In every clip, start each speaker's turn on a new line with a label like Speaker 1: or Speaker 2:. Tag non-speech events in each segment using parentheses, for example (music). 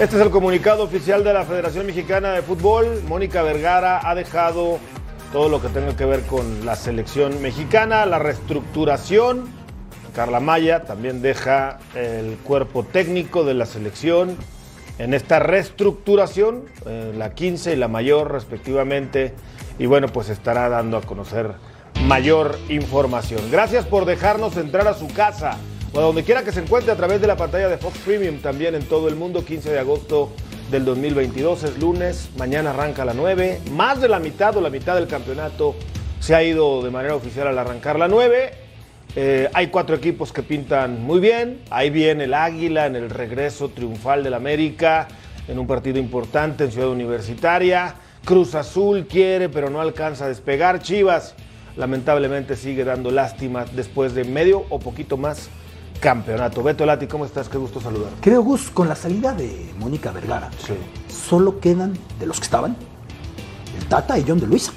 Speaker 1: Este es el comunicado oficial de la Federación Mexicana de Fútbol. Mónica Vergara ha dejado todo lo que tenga que ver con la selección mexicana, la reestructuración. Carla Maya también deja el cuerpo técnico de la selección. En esta reestructuración, eh, la 15 y la mayor respectivamente. Y bueno, pues estará dando a conocer mayor información. Gracias por dejarnos entrar a su casa o a donde quiera que se encuentre a través de la pantalla de Fox Premium también en todo el mundo, 15 de agosto del 2022, es lunes, mañana arranca a la 9, más de la mitad o la mitad del campeonato se ha ido de manera oficial al arrancar la 9, Eh, hay cuatro equipos que pintan muy bien, ahí viene el Águila en el regreso triunfal del América, en un partido importante en Ciudad Universitaria, Cruz Azul quiere pero no alcanza a despegar, Chivas lamentablemente sigue dando lástima después de medio o poquito más campeonato. Beto Lati, ¿cómo estás? Qué gusto saludar.
Speaker 2: Creo, Gus, con la salida de Mónica Vergara, solo quedan de los que estaban el Tata y John de Luisa.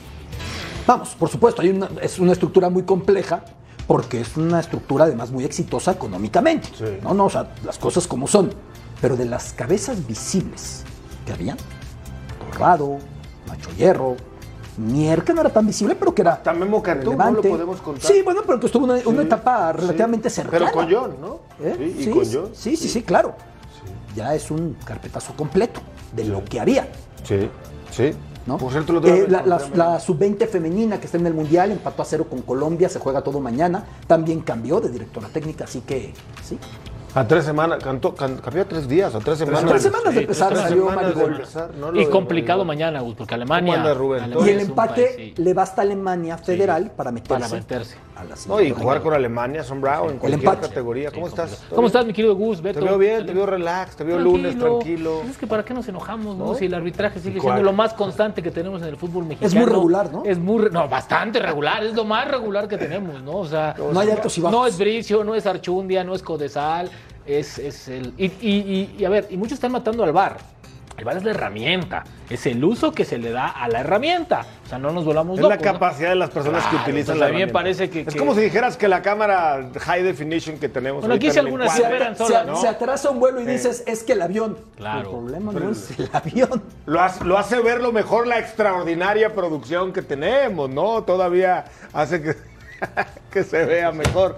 Speaker 2: Vamos, por supuesto, hay una- es una estructura muy compleja porque es una estructura además muy exitosa económicamente. No, no, o sea, las cosas como son. Pero de las cabezas visibles que habían, Torrado, Macho Hierro, Mier, que no era tan visible, pero que era
Speaker 1: También Memo Carretú, no lo
Speaker 2: relevante.
Speaker 1: podemos contar.
Speaker 2: Sí, bueno, pero que estuvo una, una etapa
Speaker 1: sí.
Speaker 2: relativamente
Speaker 1: Pero
Speaker 2: cercana.
Speaker 1: con John, ¿no?
Speaker 2: ¿Eh?
Speaker 1: Sí, y
Speaker 2: sí,
Speaker 1: con John.
Speaker 2: sí, sí, sí, claro. Ya es un carpetazo completo de lo que había.
Speaker 1: Sí, sí.
Speaker 2: ¿no?
Speaker 1: Por cierto, lo otro día
Speaker 2: Eh,
Speaker 1: me
Speaker 2: la, la-
Speaker 1: encontré a
Speaker 2: la
Speaker 1: Memo.
Speaker 2: sub-20 femenina que está en el Mundial empató a cero con Colombia, se juega todo mañana. También cambió de directora técnica, así que sí.
Speaker 1: A tres semanas, cantó, can- cambió a tres días, a tres semanas.
Speaker 2: tres semanas de empezar
Speaker 1: tres
Speaker 2: salió
Speaker 1: semanas de
Speaker 2: Marigol.
Speaker 1: empezar, ¿no? Lo
Speaker 3: Y
Speaker 1: de
Speaker 3: complicado
Speaker 1: Marigol.
Speaker 3: mañana, Gus, porque
Speaker 1: ¿Cómo
Speaker 3: Alemania.
Speaker 1: anda Rubén?
Speaker 3: Alemania
Speaker 2: Y el
Speaker 3: es un
Speaker 2: empate
Speaker 3: país, sí,
Speaker 2: le basta a Alemania Federal para meterse.
Speaker 3: para meterse.
Speaker 2: A la siguiente
Speaker 1: No, y
Speaker 2: ronda.
Speaker 1: jugar con Alemania, sombrado, en cualquier
Speaker 2: empate.
Speaker 1: categoría. ¿Cómo estás?
Speaker 3: ¿Cómo estás, mi querido Gus? Beto?
Speaker 1: Te veo bien, te veo relax, te veo lunes, tranquilo.
Speaker 3: Pues Es que para qué nos enojamos,
Speaker 1: ¿No?
Speaker 3: ¿no? Si el arbitraje sigue
Speaker 1: cuál?
Speaker 3: siendo lo más constante que tenemos en el fútbol mexicano.
Speaker 2: muy regular, ¿no?
Speaker 3: Es muy, re- no, bastante regular, es lo más regular que tenemos, ¿no? O sea,
Speaker 2: No hay altos y bajos.
Speaker 3: no es Bricio, no es Archundia, no es Codesal, es, es el. Y, y- y- y a ver, y muchos están matando al bar. El bar es la herramienta, es el uso que se le da a la herramienta. O sea, no nos volamos
Speaker 1: Es la
Speaker 3: locos, ¿no?
Speaker 1: capacidad de las personas
Speaker 3: Claro,
Speaker 1: que utilizan
Speaker 3: entonces
Speaker 1: la
Speaker 3: a mí me
Speaker 1: herramienta.
Speaker 3: parece que-
Speaker 1: Es
Speaker 3: que-
Speaker 1: como si dijeras que la cámara high definition que tenemos.
Speaker 3: Bueno, aquí
Speaker 1: Pues
Speaker 3: hice
Speaker 1: ahorita en el
Speaker 3: algunas
Speaker 2: se,
Speaker 1: encuadre,
Speaker 2: atra-
Speaker 3: Esperan
Speaker 2: se-
Speaker 3: sola, ¿no?
Speaker 2: se atrasa un vuelo y
Speaker 1: Sí.
Speaker 2: dices, es que el avión.
Speaker 3: Claro.
Speaker 2: El problema no es el avión.
Speaker 1: Lo, hace- lo hace ver lo mejor la extraordinaria producción que tenemos, ¿no? Todavía hace que, (laughs) que se vea mejor.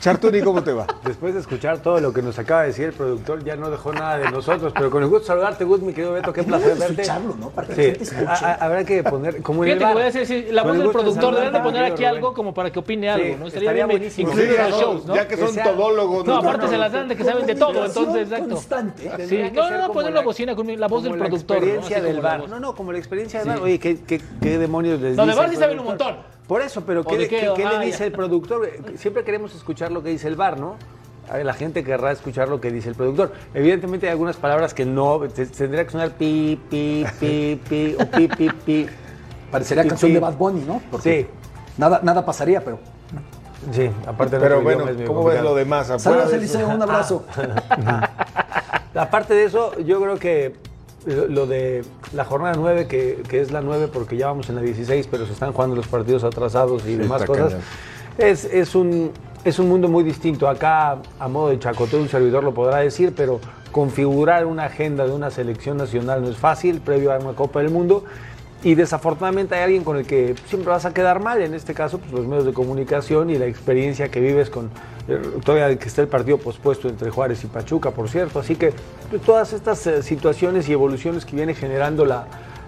Speaker 1: Chartuni, ¿cómo te va?
Speaker 4: (laughs) Después de escuchar todo lo que nos acaba de decir el productor, ya no dejó nada de nosotros, pero con el gusto de saludarte, Gus, mi querido Beto, qué placer verte.
Speaker 2: escucharlo, ¿no? Para que la
Speaker 4: Sí.
Speaker 2: gente escuche.
Speaker 4: A- a- habrá que poner, como en el
Speaker 3: Fíjate que
Speaker 4: bar,
Speaker 3: voy a decir, sí, la
Speaker 4: con
Speaker 3: voz
Speaker 4: el
Speaker 3: del
Speaker 4: gusto
Speaker 3: productor deben de
Speaker 4: saludarte,
Speaker 3: poner
Speaker 4: mi
Speaker 3: aquí
Speaker 4: querido
Speaker 3: algo
Speaker 4: Rubén.
Speaker 3: como para que opine
Speaker 4: Sí,
Speaker 3: algo, ¿no?
Speaker 4: estaría
Speaker 3: bien,
Speaker 4: buenísimo.
Speaker 3: incluir
Speaker 1: Sí,
Speaker 3: los
Speaker 1: ya,
Speaker 3: shows, ¿no?
Speaker 1: ya que son
Speaker 4: Que sea-
Speaker 1: todólogos.
Speaker 3: No,
Speaker 4: No,
Speaker 3: aparte
Speaker 4: no,
Speaker 3: se
Speaker 4: no.
Speaker 3: las dan de que saben de todo, entonces,
Speaker 2: Comunicación
Speaker 3: exacto.
Speaker 2: constante.
Speaker 3: Sí,
Speaker 4: Tendría que
Speaker 3: no,
Speaker 4: ser
Speaker 3: no, no,
Speaker 4: como
Speaker 3: poner
Speaker 4: la-
Speaker 3: una bocina con la voz
Speaker 4: como
Speaker 3: del
Speaker 4: la
Speaker 3: productor. ¿no?
Speaker 4: experiencia
Speaker 3: Así
Speaker 4: del
Speaker 3: como la
Speaker 4: bar.
Speaker 3: voz.
Speaker 4: No, no, como la experiencia del bar. Oye, ¿qué, qué, qué demonios les
Speaker 3: No,
Speaker 4: dice?
Speaker 3: de bar
Speaker 4: el
Speaker 3: sí saben un
Speaker 4: productor?
Speaker 3: montón.
Speaker 4: Por eso, pero
Speaker 3: ¿O
Speaker 4: ¿qué,
Speaker 3: de qué?
Speaker 4: qué- qué
Speaker 3: Ah,
Speaker 4: le
Speaker 3: ya.
Speaker 4: dice
Speaker 3: (laughs)
Speaker 4: el productor? Eh, Siempre queremos escuchar lo que dice el bar, ¿no? A ver, La gente querrá escuchar lo que dice el productor. Evidentemente hay algunas palabras que no, te- tendría que sonar pi, pi, pi, pi, o pi, pi,
Speaker 1: (laughs)
Speaker 4: pi.
Speaker 2: Parecería
Speaker 4: Pi,
Speaker 2: canción
Speaker 4: pi.
Speaker 2: de Bad Bunny, ¿no? Porque Nada, nada pasaría, pero.
Speaker 4: Sí, aparte no
Speaker 1: Pero
Speaker 4: otro
Speaker 1: bueno,
Speaker 4: idioma es medio
Speaker 1: ¿cómo ves
Speaker 4: complicado.
Speaker 1: lo demás? Afuera
Speaker 2: Saludos,
Speaker 1: de
Speaker 2: Eliseo,
Speaker 1: (laughs)
Speaker 2: un abrazo.
Speaker 4: (laughs) Aparte de eso, yo creo que lo lo de la jornada 9, que, que es la 9 porque ya vamos en la 16, pero se están jugando los partidos atrasados y demás
Speaker 1: está
Speaker 4: cosas,
Speaker 1: cañón.
Speaker 4: es, es, un, es un mundo muy distinto. Acá, a modo de chacoteo, un servidor lo podrá decir, pero configurar una agenda de una selección nacional no es fácil, previo a una Copa del Mundo. Y desafortunadamente hay alguien con el que siempre vas a quedar mal, en este caso pues, los medios de comunicación y la experiencia que vives con eh, todavía que está el partido pospuesto entre Juárez y Pachuca, por cierto. Así que todas estas eh, situaciones y evoluciones que viene generando la,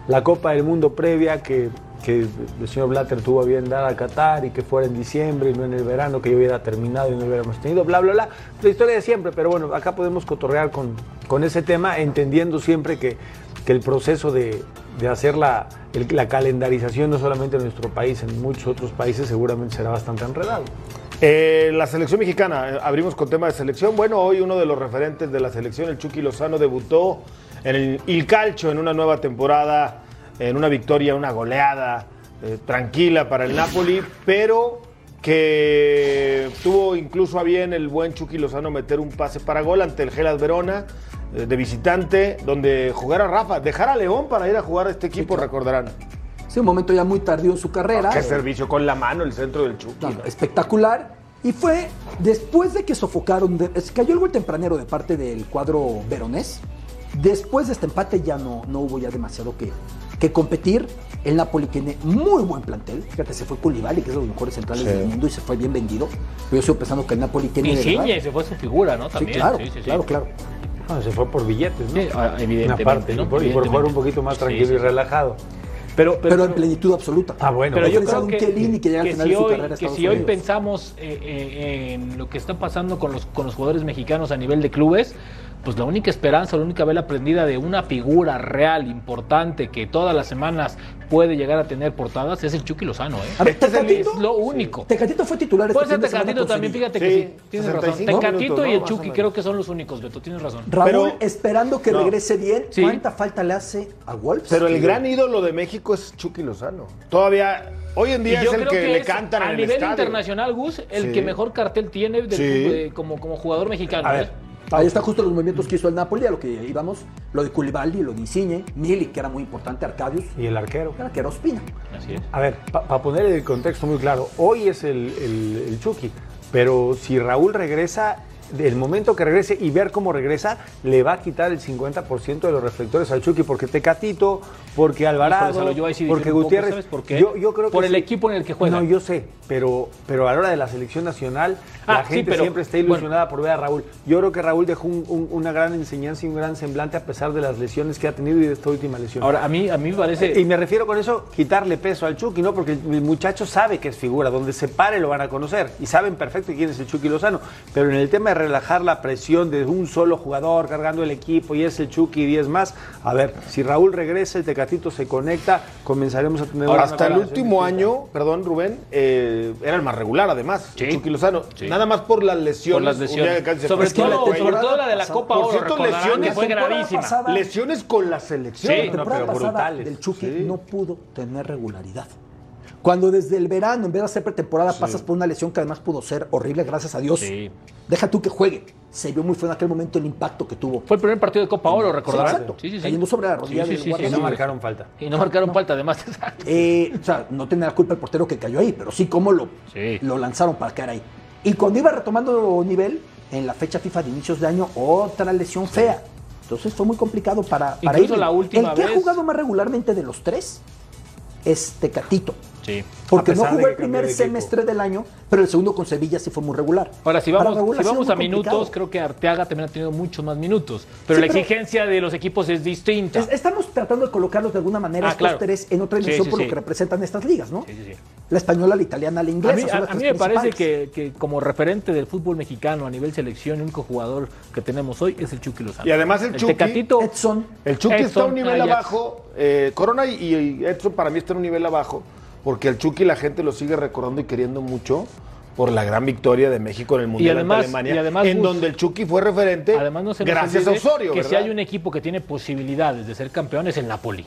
Speaker 4: la Copa del Mundo previa que, que el señor Blatter tuvo a bien dar a Qatar y que fuera en diciembre y no en el verano, que yo hubiera terminado y no hubiéramos tenido, bla, bla, bla. La historia de siempre, pero bueno, acá podemos cotorrear con, con ese tema, entendiendo siempre que, que el proceso de, de hacer la, el- la calendarización no solamente en nuestro país, en muchos otros países seguramente será bastante enredado.
Speaker 1: Eh, la selección mexicana, eh, abrimos con tema de selección. Bueno, hoy uno de los referentes de la selección, el Chucky Lozano, debutó en el Il Calcio en una nueva temporada, en una victoria, una goleada eh, tranquila para el Napoli, pero que tuvo incluso a bien el buen Chucky Lozano meter un pase para gol ante el Gelas Verona eh, de visitante, donde jugara Rafa, dejar a León para ir a jugar a este equipo, recordarán.
Speaker 2: Sí, un momento ya muy tardío en su carrera.
Speaker 1: Qué servicio con la mano el centro del Chucky.
Speaker 2: No,
Speaker 1: ¿no?
Speaker 2: no, espectacular. Y fue después de que sofocaron, de- se cayó el gol tempranero de parte del cuadro veronés. Después de este empate ya no, no hubo ya demasiado que, que competir. El Napoli tiene muy buen plantel. Fíjate, se fue Koulibaly, que es uno de los mejores centrales del mundo y se fue bien vendido. Pero yo sigo pensando que el Napoli tiene... de verdad-
Speaker 3: Insigne, se fue su figura, ¿no?
Speaker 2: Sí,
Speaker 3: También.
Speaker 2: claro,
Speaker 3: sí, sí, sí.
Speaker 2: claro, claro.
Speaker 4: Ah, se fue por billetes, ¿no?
Speaker 3: Sí, ah, evidentemente,
Speaker 4: Una parte,
Speaker 3: ¿no?
Speaker 4: y, por, y por jugar un
Speaker 3: Evidentemente.
Speaker 4: poquito más
Speaker 3: Sí,
Speaker 4: tranquilo
Speaker 3: sí,
Speaker 4: y
Speaker 3: sí.
Speaker 4: relajado.
Speaker 3: Pero,
Speaker 2: Pero,
Speaker 3: pero,
Speaker 2: en plenitud absoluta.
Speaker 4: Ah, bueno.
Speaker 3: pero
Speaker 4: Bueno,
Speaker 3: yo
Speaker 2: Pensaba
Speaker 3: creo
Speaker 2: pues un
Speaker 3: que,
Speaker 2: Chiellini que llega al
Speaker 3: que
Speaker 2: final
Speaker 3: si
Speaker 2: de su
Speaker 3: hoy,
Speaker 2: carrera a
Speaker 3: que
Speaker 2: Estados
Speaker 3: si hoy
Speaker 2: Unidos.
Speaker 3: pensamos eh, eh, en lo que está pasando con los, con los jugadores mexicanos a nivel de clubes, pues la única esperanza, la única vela prendida de una figura real, importante, que todas las semanas puede llegar a tener portadas, es el Chucky Lozano. ¿eh?
Speaker 2: A ver,
Speaker 3: Este es, el-
Speaker 2: Tecatito.
Speaker 3: es lo único.
Speaker 2: Tecatito fue titular
Speaker 3: Puede
Speaker 2: este
Speaker 3: ser
Speaker 2: fin de semana
Speaker 3: Tecatito
Speaker 2: por
Speaker 3: también,
Speaker 2: Sevilla.
Speaker 3: fíjate
Speaker 1: Sí,
Speaker 3: que sí, tienes razón.
Speaker 1: 65
Speaker 3: Tecatito
Speaker 1: minutos,
Speaker 3: y
Speaker 1: ¿no?
Speaker 3: el
Speaker 1: Más o
Speaker 3: Chucky
Speaker 1: menos.
Speaker 3: creo que son los únicos, Beto, tienes razón.
Speaker 2: Raúl,
Speaker 1: Pero-
Speaker 2: esperando que
Speaker 1: No.
Speaker 2: regrese bien,
Speaker 3: Sí.
Speaker 2: ¿cuánta falta le hace a Wolves?
Speaker 1: Pues Pero el gran ídolo de México es Chucky Lozano. Todavía, hoy en día es el que, le
Speaker 3: es,
Speaker 1: cantan
Speaker 3: a
Speaker 1: en el
Speaker 3: nivel
Speaker 1: estadio.
Speaker 3: internacional, Gus, el
Speaker 1: Sí.
Speaker 3: que mejor cartel tiene del
Speaker 1: Sí.
Speaker 3: fútbol, eh, como, como jugador mexicano.
Speaker 2: A
Speaker 3: ¿eh?
Speaker 2: ver, ahí están justo los movimientos que hizo el Napoli, a lo que íbamos, lo de Culibaldi, lo de Insigne, Milik, que era muy importante, Arcadius,
Speaker 4: Y el arquero.
Speaker 2: que era Ospina.
Speaker 3: Así es.
Speaker 4: A ver, para poner el contexto muy claro, hoy es el, el- el Chucky, pero si Raúl regresa, del momento que regrese y ver cómo regresa, le va a quitar el 50% de los reflectores al Chucky, porque Tecatito, porque Alvarado,
Speaker 3: Híjole, Salo, yo ahí sí
Speaker 4: porque
Speaker 3: difiero un poco,
Speaker 4: Gutiérrez.
Speaker 3: ¿sabes por qué?
Speaker 4: Yo, yo creo que
Speaker 3: Por el
Speaker 4: sí.
Speaker 3: equipo en el que juega.
Speaker 4: No, yo sé, pero, pero a la hora de la selección nacional,
Speaker 3: Ah,
Speaker 4: la
Speaker 3: sí,
Speaker 4: gente
Speaker 3: pero-
Speaker 4: siempre está ilusionada por ver a Raúl. Yo creo que Raúl dejó un- un- una gran enseñanza y un gran semblante a pesar de las lesiones que ha tenido y de esta última lesión.
Speaker 3: Ahora, a mí, a mí me parece.
Speaker 4: Y me refiero con eso, quitarle peso al Chucky, ¿no? Porque el muchacho sabe que es figura, donde se pare lo van a conocer y saben perfecto quién es el Chucky Lozano. Pero en el tema de relajar la presión de un solo jugador cargando el equipo y es el Chucky y 10 más, a ver, si Raúl regresa, el Tecatito se conecta, comenzaremos a tener una
Speaker 1: Hasta el
Speaker 4: relación
Speaker 1: último
Speaker 4: distinta.
Speaker 1: año, perdón Rubén, eh, era el más regular además,
Speaker 3: Sí.
Speaker 1: Chucky Lozano.
Speaker 3: Sí.
Speaker 1: Nada más por las lesiones.
Speaker 3: por las
Speaker 1: un día
Speaker 3: lesiones.
Speaker 1: de cáncer.
Speaker 3: Sobre,
Speaker 1: Es que la
Speaker 3: todo,
Speaker 1: temporada-
Speaker 3: sobre todo la de la
Speaker 2: pasada-
Speaker 3: Copa
Speaker 1: por
Speaker 3: Oro.
Speaker 1: cierto,
Speaker 3: recordarán
Speaker 1: lesiones-
Speaker 3: que fue
Speaker 2: temporada
Speaker 3: gravísima.
Speaker 2: pasada-
Speaker 1: Lesiones con la selección.
Speaker 3: Sí,
Speaker 2: La
Speaker 4: no,
Speaker 2: temporada
Speaker 4: pero
Speaker 2: pasada
Speaker 4: brutales,
Speaker 2: del Chucky
Speaker 4: sí.
Speaker 2: no pudo tener regularidad. Cuando desde el verano, en vez de hacer pretemporada, pasas por una lesión que además pudo ser horrible, gracias a Dios.
Speaker 3: Sí.
Speaker 2: Deja tú que juegue. Se vio muy feo en aquel momento el impacto que tuvo.
Speaker 3: Fue el primer partido de Copa Oro, recordarán.
Speaker 2: Sí, exacto. Cayendo sobre la rodilla del
Speaker 4: Y
Speaker 2: guardameta.
Speaker 4: no marcaron falta.
Speaker 3: Y no marcaron falta, además. exacto.
Speaker 2: Eh, o sea, no tiene la culpa el portero que cayó ahí, pero sí cómo lo,
Speaker 3: Sí.
Speaker 2: lo lanzaron para caer ahí. Y cuando iba retomando nivel, en la fecha FIFA de inicios de año, otra lesión fea. Entonces fue muy complicado para, para
Speaker 3: Incluso
Speaker 2: Irving.
Speaker 3: la última
Speaker 2: El que ha
Speaker 3: vez-
Speaker 2: jugado más regularmente de los tres es Tecatito.
Speaker 3: Sí.
Speaker 2: Porque
Speaker 4: A
Speaker 2: no
Speaker 4: pesar de
Speaker 2: jugó el
Speaker 4: que cambió
Speaker 2: primer
Speaker 4: de equipo.
Speaker 2: semestre del año, pero el segundo con Sevilla sí fue muy regular.
Speaker 3: Ahora, si
Speaker 2: Para
Speaker 3: vamos,
Speaker 2: Raúl
Speaker 3: si
Speaker 2: ha sido
Speaker 3: vamos
Speaker 2: muy
Speaker 3: a minutos,
Speaker 2: complicado.
Speaker 3: creo que Arteaga también ha tenido muchos más minutos. Pero
Speaker 2: Sí,
Speaker 3: la
Speaker 2: pero-
Speaker 3: exigencia de los equipos es distinta.
Speaker 2: Es- estamos tratando de colocarlos de alguna manera
Speaker 3: Ah,
Speaker 2: estos
Speaker 3: claro.
Speaker 2: tres en otra
Speaker 3: Sí,
Speaker 2: dimensión
Speaker 3: sí,
Speaker 2: por
Speaker 3: sí.
Speaker 2: lo que representan estas ligas, ¿no?
Speaker 3: Sí, sí, sí.
Speaker 2: La española, la italiana, la
Speaker 3: A
Speaker 2: inglesa.
Speaker 3: mí,
Speaker 2: son
Speaker 3: a-
Speaker 2: las
Speaker 3: a
Speaker 2: tres
Speaker 3: mí me parece
Speaker 2: principales.
Speaker 3: que, que como referente del fútbol mexicano a nivel selección, el único jugador que tenemos hoy es el Chucky Lozano.
Speaker 1: Y además el Chucky-
Speaker 3: Tecatito,
Speaker 2: Edson.
Speaker 1: El Chucky está a un
Speaker 3: Edson,
Speaker 1: nivel
Speaker 3: Ajax.
Speaker 1: abajo. eh, Corona y, y Edson para mí están a un nivel abajo. Porque el Chucky la gente lo sigue recordando y queriendo mucho por la gran victoria de México en el Mundial
Speaker 3: además-
Speaker 1: ante Alemania.
Speaker 3: y además,
Speaker 1: en
Speaker 3: Gus,
Speaker 1: donde el Chucky fue referente
Speaker 3: Además, no se nos
Speaker 1: gracias a
Speaker 3: olvide
Speaker 1: Osorio.
Speaker 3: que si
Speaker 1: ¿verdad?
Speaker 3: hay un equipo que tiene posibilidades de ser campeón es el Napoli.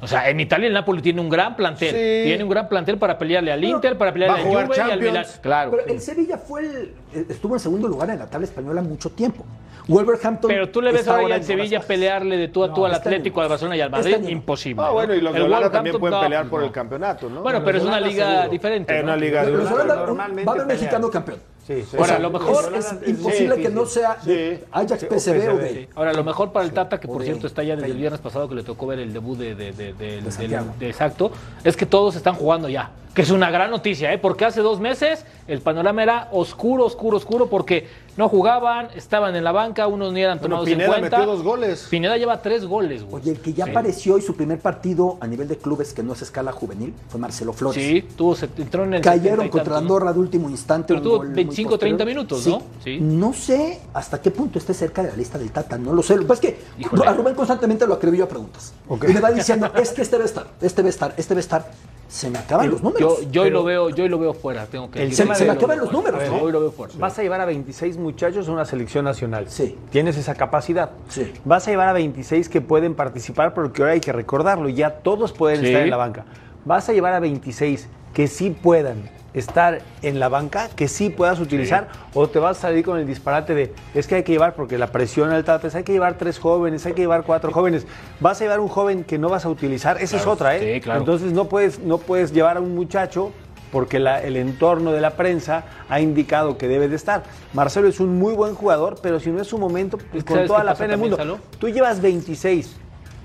Speaker 3: O sea, en Italia el Napoli tiene un gran plantel.
Speaker 1: Sí.
Speaker 3: Tiene un gran plantel para pelearle al
Speaker 2: Pero
Speaker 3: Inter, para
Speaker 1: va
Speaker 3: pelearle
Speaker 1: a
Speaker 3: al
Speaker 1: jugar
Speaker 3: Juve y al
Speaker 1: Champions.
Speaker 3: Milan. Claro.
Speaker 2: Pero
Speaker 3: sí.
Speaker 2: el Sevilla fue el, eh, estuvo en segundo lugar en la tabla española mucho tiempo. Wolverhampton.
Speaker 3: Pero tú le ves
Speaker 2: está
Speaker 3: ahora ya
Speaker 2: en
Speaker 3: al Sevilla
Speaker 2: buenas partes.
Speaker 3: pelearle de tú a tú
Speaker 2: No,
Speaker 3: al
Speaker 2: está
Speaker 3: Atlético,
Speaker 2: bien.
Speaker 3: al Barcelona y al
Speaker 2: Está
Speaker 3: Madrid.
Speaker 2: bien.
Speaker 3: Imposible.
Speaker 1: Ah,
Speaker 3: ¿no?
Speaker 1: bueno, y los
Speaker 3: El
Speaker 1: de Holanda también
Speaker 3: Wolverhampton,
Speaker 1: pueden
Speaker 3: no.
Speaker 1: pelear por el campeonato, ¿no?
Speaker 3: Bueno, pero es una
Speaker 4: Holanda
Speaker 3: liga
Speaker 4: seguro.
Speaker 3: diferente.
Speaker 1: Es
Speaker 3: ¿no?
Speaker 1: una liga de
Speaker 2: Pero
Speaker 1: una-
Speaker 2: Holanda, un-
Speaker 4: normalmente
Speaker 2: va a haber
Speaker 4: pelean.
Speaker 2: mexicano campeón.
Speaker 4: Sí, sí.
Speaker 3: Ahora,
Speaker 4: Sí.
Speaker 3: lo mejor
Speaker 2: es, es
Speaker 4: Holanda es
Speaker 2: imposible que
Speaker 4: difícil.
Speaker 2: no sea de
Speaker 1: Sí.
Speaker 2: Ajax
Speaker 4: Sí, o
Speaker 2: PSV o
Speaker 4: PSV,
Speaker 2: de.
Speaker 4: sí.
Speaker 3: Ahora, lo mejor para el Tata, que por
Speaker 2: de-
Speaker 3: cierto está ya desde el
Speaker 2: de-
Speaker 3: viernes pasado que le tocó ver el debut de, de- de- del- del-
Speaker 2: Santiago.
Speaker 3: de exacto, es que todos están jugando ya. que es una gran noticia, ¿eh? porque hace dos meses el panorama era oscuro, oscuro, oscuro, porque no jugaban, estaban en la banca, unos ni eran
Speaker 1: Bueno,
Speaker 3: tomados
Speaker 1: Pineda
Speaker 3: en cuenta.
Speaker 1: metió dos goles.
Speaker 3: Pineda lleva tres goles, güey.
Speaker 2: Oye, el que ya
Speaker 3: Sí.
Speaker 2: apareció y su primer partido a nivel de clubes que no es escala juvenil fue Marcelo Flores.
Speaker 3: Sí, tuvo, se- entró en el setenta
Speaker 2: Cayeron
Speaker 3: y
Speaker 2: contra
Speaker 3: tantos, ¿no?
Speaker 2: Andorra de último instante.
Speaker 3: Pero
Speaker 2: un
Speaker 3: tuvo
Speaker 2: gol muy
Speaker 3: 25, 30
Speaker 2: posterior.
Speaker 3: minutos,
Speaker 2: Sí.
Speaker 3: ¿no? Sí.
Speaker 2: No sé hasta qué punto esté cerca de la lista del Tata, no lo sé. Lo que pasa es que
Speaker 3: Híjole.
Speaker 2: a Rubén constantemente lo acribillo a preguntas.
Speaker 4: Ok.
Speaker 2: Y me va diciendo, es que este debe estar, este debe estar, este debe estar. Se me acaban los números.
Speaker 3: Yo, yo hoy lo veo, yo hoy lo veo fuera, tengo que
Speaker 4: El
Speaker 3: decir.
Speaker 4: tema
Speaker 3: Hoy lo
Speaker 4: de- se me
Speaker 3: veo
Speaker 2: acaban los
Speaker 3: fuera.
Speaker 2: números, ¿no?
Speaker 3: Hoy lo veo fuera.
Speaker 4: Vas a llevar a 26 muchachos a una selección nacional.
Speaker 2: Sí.
Speaker 4: Tienes esa capacidad.
Speaker 2: Sí.
Speaker 4: Vas a llevar a 26 que pueden participar, porque ahora hay que recordarlo, ya todos pueden
Speaker 3: Sí.
Speaker 4: estar en la banca. Vas a llevar a 26 que sí puedan estar en la banca, que sí puedas utilizar, o te vas a salir con el disparate de, es que hay que llevar, porque la presión alta, pues hay que llevar tres jóvenes, hay que llevar cuatro jóvenes. Vas a llevar un joven que no vas a utilizar, esa es
Speaker 3: Claro.
Speaker 4: otra, ¿eh?
Speaker 3: Sí, claro.
Speaker 4: Entonces, entonces no puedes, no puedes llevar a un muchacho porque la- el entorno de la prensa ha indicado que debe de estar. Marcelo es un muy buen jugador, pero si no es su momento,
Speaker 3: ¿Sabes
Speaker 4: pues, con toda
Speaker 3: qué
Speaker 4: la
Speaker 3: pasa
Speaker 4: pena del mundo.
Speaker 3: también, Salo?
Speaker 4: Tú llevas 26.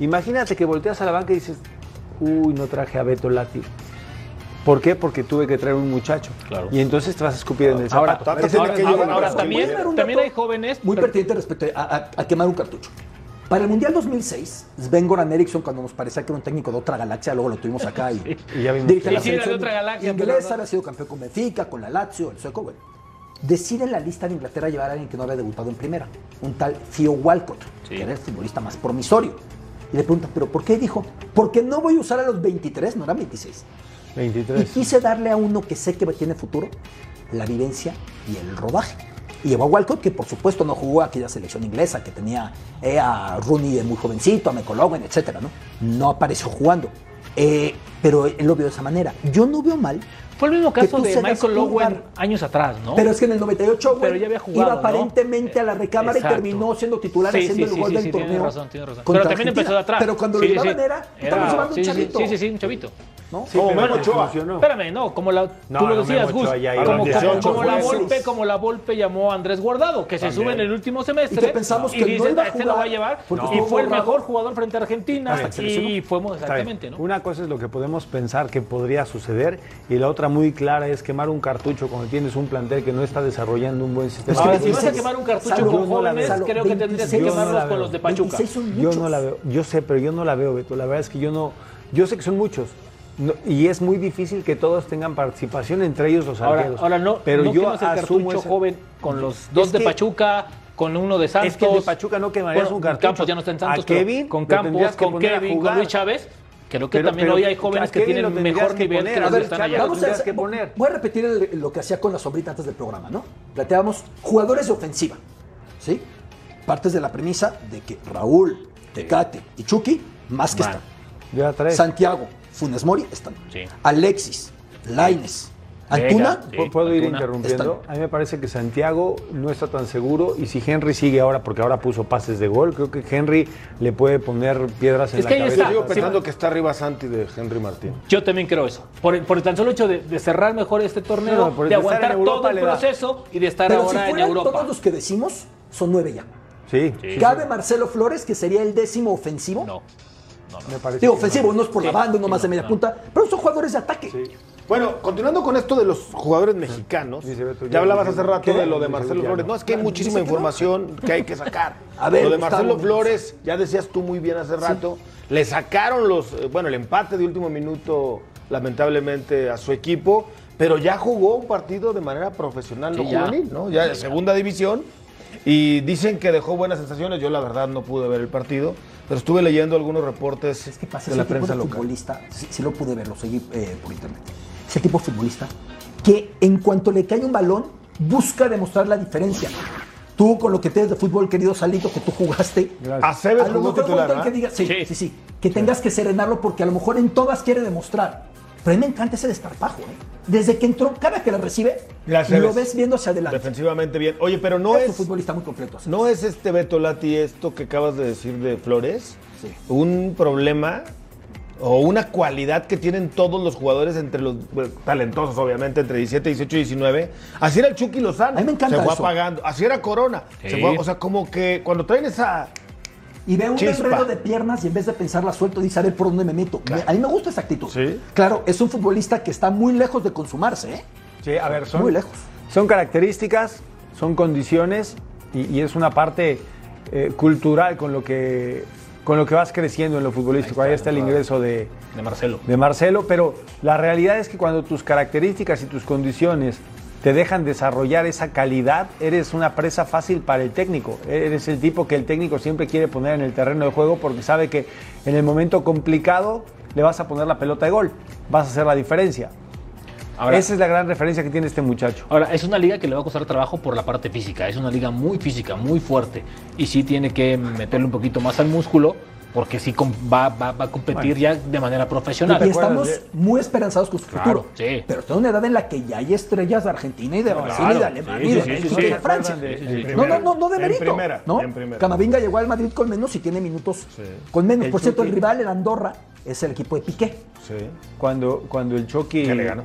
Speaker 4: Imagínate que volteas a la banca y dices, uy, no traje a Beto Lati. ¿Por qué? Porque tuve que traer un muchacho.
Speaker 3: Claro.
Speaker 4: Y entonces te vas a escupir en el zapato.
Speaker 3: Ahora,
Speaker 1: Tata tiene
Speaker 3: ahora-
Speaker 1: que llevar
Speaker 3: ahora
Speaker 1: a-
Speaker 3: también,
Speaker 2: Voy a dar un
Speaker 3: también
Speaker 2: dato
Speaker 3: hay jóvenes.
Speaker 2: Muy
Speaker 3: pero-
Speaker 2: pertinente respecto a, a- a quemar un cartucho. Para el Mundial 2006, Sven Goran Eriksson, cuando nos parecía que era un técnico de otra galaxia, luego lo tuvimos acá y,
Speaker 3: (laughs)
Speaker 4: Y ya vimos
Speaker 2: dirige
Speaker 4: que-
Speaker 2: la
Speaker 4: Sí,
Speaker 3: era de
Speaker 2: selección
Speaker 3: otra galaxia,
Speaker 2: inglesa,
Speaker 3: pero no.
Speaker 2: había sido campeón con Benfica, con la Lazio, el sueco, güey. Decide la lista de Inglaterra llevar a alguien que no había debutado en primera, un tal Theo Walcott,
Speaker 3: Sí.
Speaker 2: que era el futbolista más promisorio. Y le preguntan, ¿pero por qué? Dijo, porque no voy a usar a los 23, no eran 26. Y
Speaker 4: 23.
Speaker 2: quise darle a uno que sé que tiene futuro la vivencia y el rodaje. Y llevó a Walcott, que por supuesto no jugó a aquella selección inglesa que tenía eh, a Rooney de muy jovencito, a McLaughlin, etcétera, ¿no? No apareció jugando. Eh, pero él lo vio de esa manera. Yo no veo mal,
Speaker 3: Fue el mismo
Speaker 2: que
Speaker 3: caso
Speaker 2: tú
Speaker 3: de
Speaker 2: cedas
Speaker 3: Michael
Speaker 2: un
Speaker 3: Lowen
Speaker 2: lugar.
Speaker 3: años atrás, ¿no?
Speaker 2: pero es que en el 98
Speaker 3: Pero
Speaker 2: güey,
Speaker 3: ya había jugado,
Speaker 2: iba
Speaker 3: ¿no?
Speaker 2: aparentemente a la recámara
Speaker 3: Exacto.
Speaker 2: y terminó siendo titular
Speaker 3: Sí,
Speaker 2: haciendo
Speaker 3: sí,
Speaker 2: el
Speaker 3: sí,
Speaker 2: gol
Speaker 3: sí,
Speaker 2: del
Speaker 3: sí,
Speaker 2: torneo.
Speaker 3: Tienes razón, tienes razón.
Speaker 2: contra
Speaker 3: Pero también
Speaker 2: Argentina.
Speaker 3: empezó de atrás.
Speaker 2: Pero cuando
Speaker 3: Sí,
Speaker 2: lo
Speaker 3: sí,
Speaker 2: llevaban
Speaker 3: sí.
Speaker 2: era, estamos llevando
Speaker 3: sí,
Speaker 2: un
Speaker 3: sí, sí,
Speaker 2: chavito.
Speaker 3: Sí, sí, sí, un chavito.
Speaker 2: ¿no?
Speaker 4: Sí, pero
Speaker 1: Memo
Speaker 4: no
Speaker 1: Ochoa.
Speaker 4: funcionó.
Speaker 3: Espérame, no, como la,
Speaker 4: No,
Speaker 3: tú lo
Speaker 4: no,
Speaker 3: decías,
Speaker 4: Memo
Speaker 3: Gus,
Speaker 4: Ochoa ya
Speaker 1: iba
Speaker 3: como,
Speaker 1: a los
Speaker 3: como-
Speaker 1: 18
Speaker 3: como la
Speaker 1: juegos.
Speaker 3: Volpe, como la Volpe llamó a Andrés Guardado, que se
Speaker 4: También.
Speaker 3: sube en el último semestre.
Speaker 2: Y que pensamos
Speaker 3: y
Speaker 2: que no
Speaker 3: dicen,
Speaker 2: iba a
Speaker 3: "Ah, este lo va a
Speaker 2: jugar,
Speaker 3: llevar,
Speaker 2: porque
Speaker 3: y
Speaker 2: estuvo
Speaker 3: fue el
Speaker 2: borrado.
Speaker 3: mejor jugador frente a Argentina,
Speaker 2: Hasta que se
Speaker 3: y
Speaker 2: lesionó.
Speaker 3: fue mo-
Speaker 4: Está bien.
Speaker 3: exactamente, ¿no?
Speaker 4: Una cosa es lo que podemos pensar que podría suceder y la otra muy clara es quemar un cartucho cuando tienes un plantel que no está desarrollando un buen sistema.
Speaker 3: Pues Ahora,
Speaker 4: de
Speaker 3: si vas a
Speaker 4: defensa.
Speaker 2: 26,
Speaker 3: quemar un cartucho
Speaker 2: Salo,
Speaker 3: con
Speaker 4: yo no la
Speaker 3: jóvenes,
Speaker 4: veo.
Speaker 3: creo que tendrías que
Speaker 2: 26,
Speaker 4: yo no
Speaker 3: quemarlos
Speaker 4: la
Speaker 3: con los
Speaker 4: veo.
Speaker 3: de Pachuca.
Speaker 2: 26 son
Speaker 4: Yo
Speaker 2: muchos.
Speaker 4: no la veo, yo sé, pero yo no la veo, Beto. La verdad es que yo no, yo sé que son muchos. no- y es muy difícil que todos tengan participación, entre ellos los
Speaker 3: Ahora,
Speaker 4: arqueros.
Speaker 3: ahora no,
Speaker 4: pero
Speaker 3: no
Speaker 4: yo
Speaker 3: quemas el
Speaker 4: asumo
Speaker 3: cartucho
Speaker 4: ese-
Speaker 3: joven con los dos
Speaker 4: Es
Speaker 3: de
Speaker 4: que-
Speaker 3: Pachuca, con uno de Santos.
Speaker 4: es que el de Pachuca no quemarías
Speaker 3: Bueno,
Speaker 4: un cartucho.
Speaker 3: Campos ya no está en Santos,
Speaker 4: A
Speaker 3: pero
Speaker 4: Kevin
Speaker 3: con
Speaker 4: lo
Speaker 3: Campos,
Speaker 4: tendrías que
Speaker 3: con
Speaker 4: poner a
Speaker 3: Kevin, con
Speaker 4: jugar.
Speaker 3: Luis Chávez. Creo que
Speaker 4: Pero-
Speaker 3: también
Speaker 4: pero
Speaker 3: hoy hay
Speaker 4: a
Speaker 3: jóvenes que
Speaker 4: Kevin lo
Speaker 3: tienen
Speaker 4: tendrías
Speaker 3: mejor
Speaker 4: que
Speaker 3: nivel
Speaker 4: poner.
Speaker 3: que
Speaker 4: A
Speaker 3: los que
Speaker 4: ver,
Speaker 3: están
Speaker 4: Chávez,
Speaker 3: allá.
Speaker 4: lo
Speaker 2: Vamos a
Speaker 4: tendrías
Speaker 2: hacer-
Speaker 4: que poner.
Speaker 2: Voy a repetir el- lo que hacía con las sombrita antes del programa, ¿no? Planteábamos jugadores de ofensiva, ¿sí? Partes de la premisa de que Raúl, Tecate y Chucky, más que
Speaker 3: Van.
Speaker 2: están.
Speaker 4: Ya tres.
Speaker 2: Santiago, Funes Mori, están.
Speaker 3: Sí.
Speaker 2: Alexis, Laines,
Speaker 3: Vega,
Speaker 2: Antuna,
Speaker 3: sí.
Speaker 4: ¿Puedo- ¿Puedo ir
Speaker 3: Antuna.
Speaker 4: interrumpiendo?
Speaker 2: Está-
Speaker 4: A mí me parece que Santiago no está tan seguro y si Henry sigue ahora, porque ahora puso pases de gol, creo que Henry le puede poner piedras en
Speaker 3: Es
Speaker 4: la
Speaker 3: que ahí
Speaker 4: cabeza.
Speaker 3: está.
Speaker 1: Yo sigo
Speaker 3: Sí,
Speaker 1: pensando
Speaker 3: va.
Speaker 1: que está arriba Santi de Henry Martín.
Speaker 3: Yo también creo eso. Por, por el tan solo hecho de, de cerrar mejor este torneo,
Speaker 4: No, por
Speaker 3: de
Speaker 4: estar en
Speaker 3: aguantar
Speaker 4: Europa
Speaker 3: todo el
Speaker 4: le da.
Speaker 3: proceso y de estar
Speaker 2: Pero si
Speaker 3: ahora en
Speaker 2: fueran
Speaker 3: Europa.
Speaker 2: todos los que decimos, son nueve ya.
Speaker 4: Sí,
Speaker 2: Cabe Marcelo Flores, que sería el décimo ofensivo.
Speaker 3: No.
Speaker 4: me parece.
Speaker 2: Digo,
Speaker 4: que
Speaker 2: ofensivo, uno es por la
Speaker 3: Sí,
Speaker 2: banda, uno
Speaker 3: sí,
Speaker 2: más de
Speaker 3: no,
Speaker 2: media
Speaker 3: no.
Speaker 2: punta, pero son jugadores de ataque.
Speaker 1: Bueno, continuando con esto de los jugadores mexicanos,
Speaker 4: Dice Beto,
Speaker 1: ya
Speaker 4: ya
Speaker 1: hablabas
Speaker 4: dice-
Speaker 1: hace rato
Speaker 4: ¿qué?
Speaker 1: de lo de
Speaker 4: Dice
Speaker 1: Marcelo
Speaker 4: Gutiérrez.
Speaker 1: Flores. No, es que hay
Speaker 2: Claro,
Speaker 1: muchísima
Speaker 2: dice que no.
Speaker 1: información que hay que sacar.
Speaker 2: A ver,
Speaker 1: lo de
Speaker 2: Gustavo,
Speaker 1: Marcelo
Speaker 2: vamos.
Speaker 1: Flores, ya decías tú muy bien hace rato, le sacaron los, eh, bueno, el empate de último minuto, lamentablemente, a su equipo, pero ya jugó un partido de manera profesional, no
Speaker 3: Sí, ya.
Speaker 1: juvenil, ¿no? Ya de segunda división. Y dicen que dejó buenas sensaciones. Yo, la verdad, no pude ver el partido, pero estuve leyendo algunos reportes
Speaker 2: Es que pasa
Speaker 1: de
Speaker 2: ese
Speaker 1: la
Speaker 2: tipo
Speaker 1: prensa
Speaker 2: de
Speaker 1: local.
Speaker 2: futbolista, sí, sí lo pude ver, lo seguí eh, por internet. Ese tipo de futbolista que en cuanto le cae un balón, busca demostrar la diferencia. Tú con lo que tienes de fútbol, querido Salito, que tú jugaste.
Speaker 4: Gracias.
Speaker 1: Aceves
Speaker 2: A lo
Speaker 1: jugó
Speaker 2: mejor
Speaker 1: titular,
Speaker 2: con tal que
Speaker 1: ¿verdad?
Speaker 2: diga- sí,
Speaker 3: Sí.
Speaker 2: sí, sí, que tengas que serenarlo porque a lo mejor en todas quiere demostrar. Pero a mí me encanta ese desparpajo, ¿eh? Desde que entró, cada que la recibe,
Speaker 1: Mira, Aceves.
Speaker 2: lo ves viendo hacia adelante.
Speaker 1: Defensivamente bien. Oye, pero no
Speaker 2: es
Speaker 1: es,
Speaker 2: un futbolista muy completo. Aceves.
Speaker 1: no es este Beto Lati esto que acabas de decir de Flores.
Speaker 2: Sí.
Speaker 1: Un problema o una cualidad que tienen todos los jugadores entre los bueno, talentosos, obviamente, entre 17, 18 y 19. Así era el Chucky Lozano.
Speaker 2: A mí me encanta
Speaker 1: Se fue
Speaker 2: eso.
Speaker 1: apagando. Así era Corona.
Speaker 3: Sí.
Speaker 1: Se fue- o sea, como que cuando traen esa
Speaker 2: y ve un
Speaker 1: Chispa.
Speaker 2: enredo de piernas y en vez de pensarla suelto dice a ver por dónde me meto.
Speaker 1: Claro.
Speaker 2: A mí me gusta esa actitud.
Speaker 1: Sí.
Speaker 2: Claro, es un futbolista que está muy lejos de consumarse, ¿eh?
Speaker 4: Sí, a ver, son,
Speaker 2: Muy lejos.
Speaker 4: son características, son condiciones y, y es una parte eh, cultural con lo que con lo que vas creciendo en lo futbolístico. Ahí está, el ingreso de,
Speaker 3: de Marcelo.
Speaker 4: de Marcelo, pero la realidad es que cuando tus características y tus condiciones te dejan desarrollar esa calidad, eres una presa fácil para el técnico. Eres el tipo que el técnico siempre quiere poner en el terreno de juego porque sabe que en el momento complicado le vas a poner la pelota de gol, vas a hacer la diferencia.
Speaker 3: Ahora-
Speaker 4: Esa es la gran referencia que tiene este muchacho.
Speaker 3: Ahora, es una liga que le va a costar trabajo por la parte física. Es una liga muy física, muy fuerte. Y sí tiene que meterle un poquito más al músculo, porque sí com- va, va- va a competir ya de manera profesional.
Speaker 2: y
Speaker 4: ¿te acuerdas
Speaker 2: estamos
Speaker 4: de-
Speaker 2: muy esperanzados con su
Speaker 3: Claro,
Speaker 2: futuro.
Speaker 3: sí.
Speaker 2: Pero está en una edad en la que ya hay estrellas de Argentina y de Brasil y de
Speaker 1: claro.
Speaker 2: Alemania
Speaker 1: Sí,
Speaker 2: y de
Speaker 1: sí, sí,
Speaker 2: México
Speaker 1: sí,
Speaker 2: y
Speaker 1: sí.
Speaker 2: de Francia.
Speaker 3: Sí, sí, sí.
Speaker 1: En
Speaker 2: No, no,
Speaker 1: primera.
Speaker 2: no, no de
Speaker 1: En
Speaker 2: mérito.
Speaker 1: primera,
Speaker 2: ¿no?
Speaker 1: en primera.
Speaker 2: Camavinga llegó al Madrid con menos y tiene minutos con menos. Por cierto, el rival, el Andorra, es el equipo de Piqué.
Speaker 1: Sí.
Speaker 4: Cuando, cuando el Chucky.
Speaker 1: Que le ganó.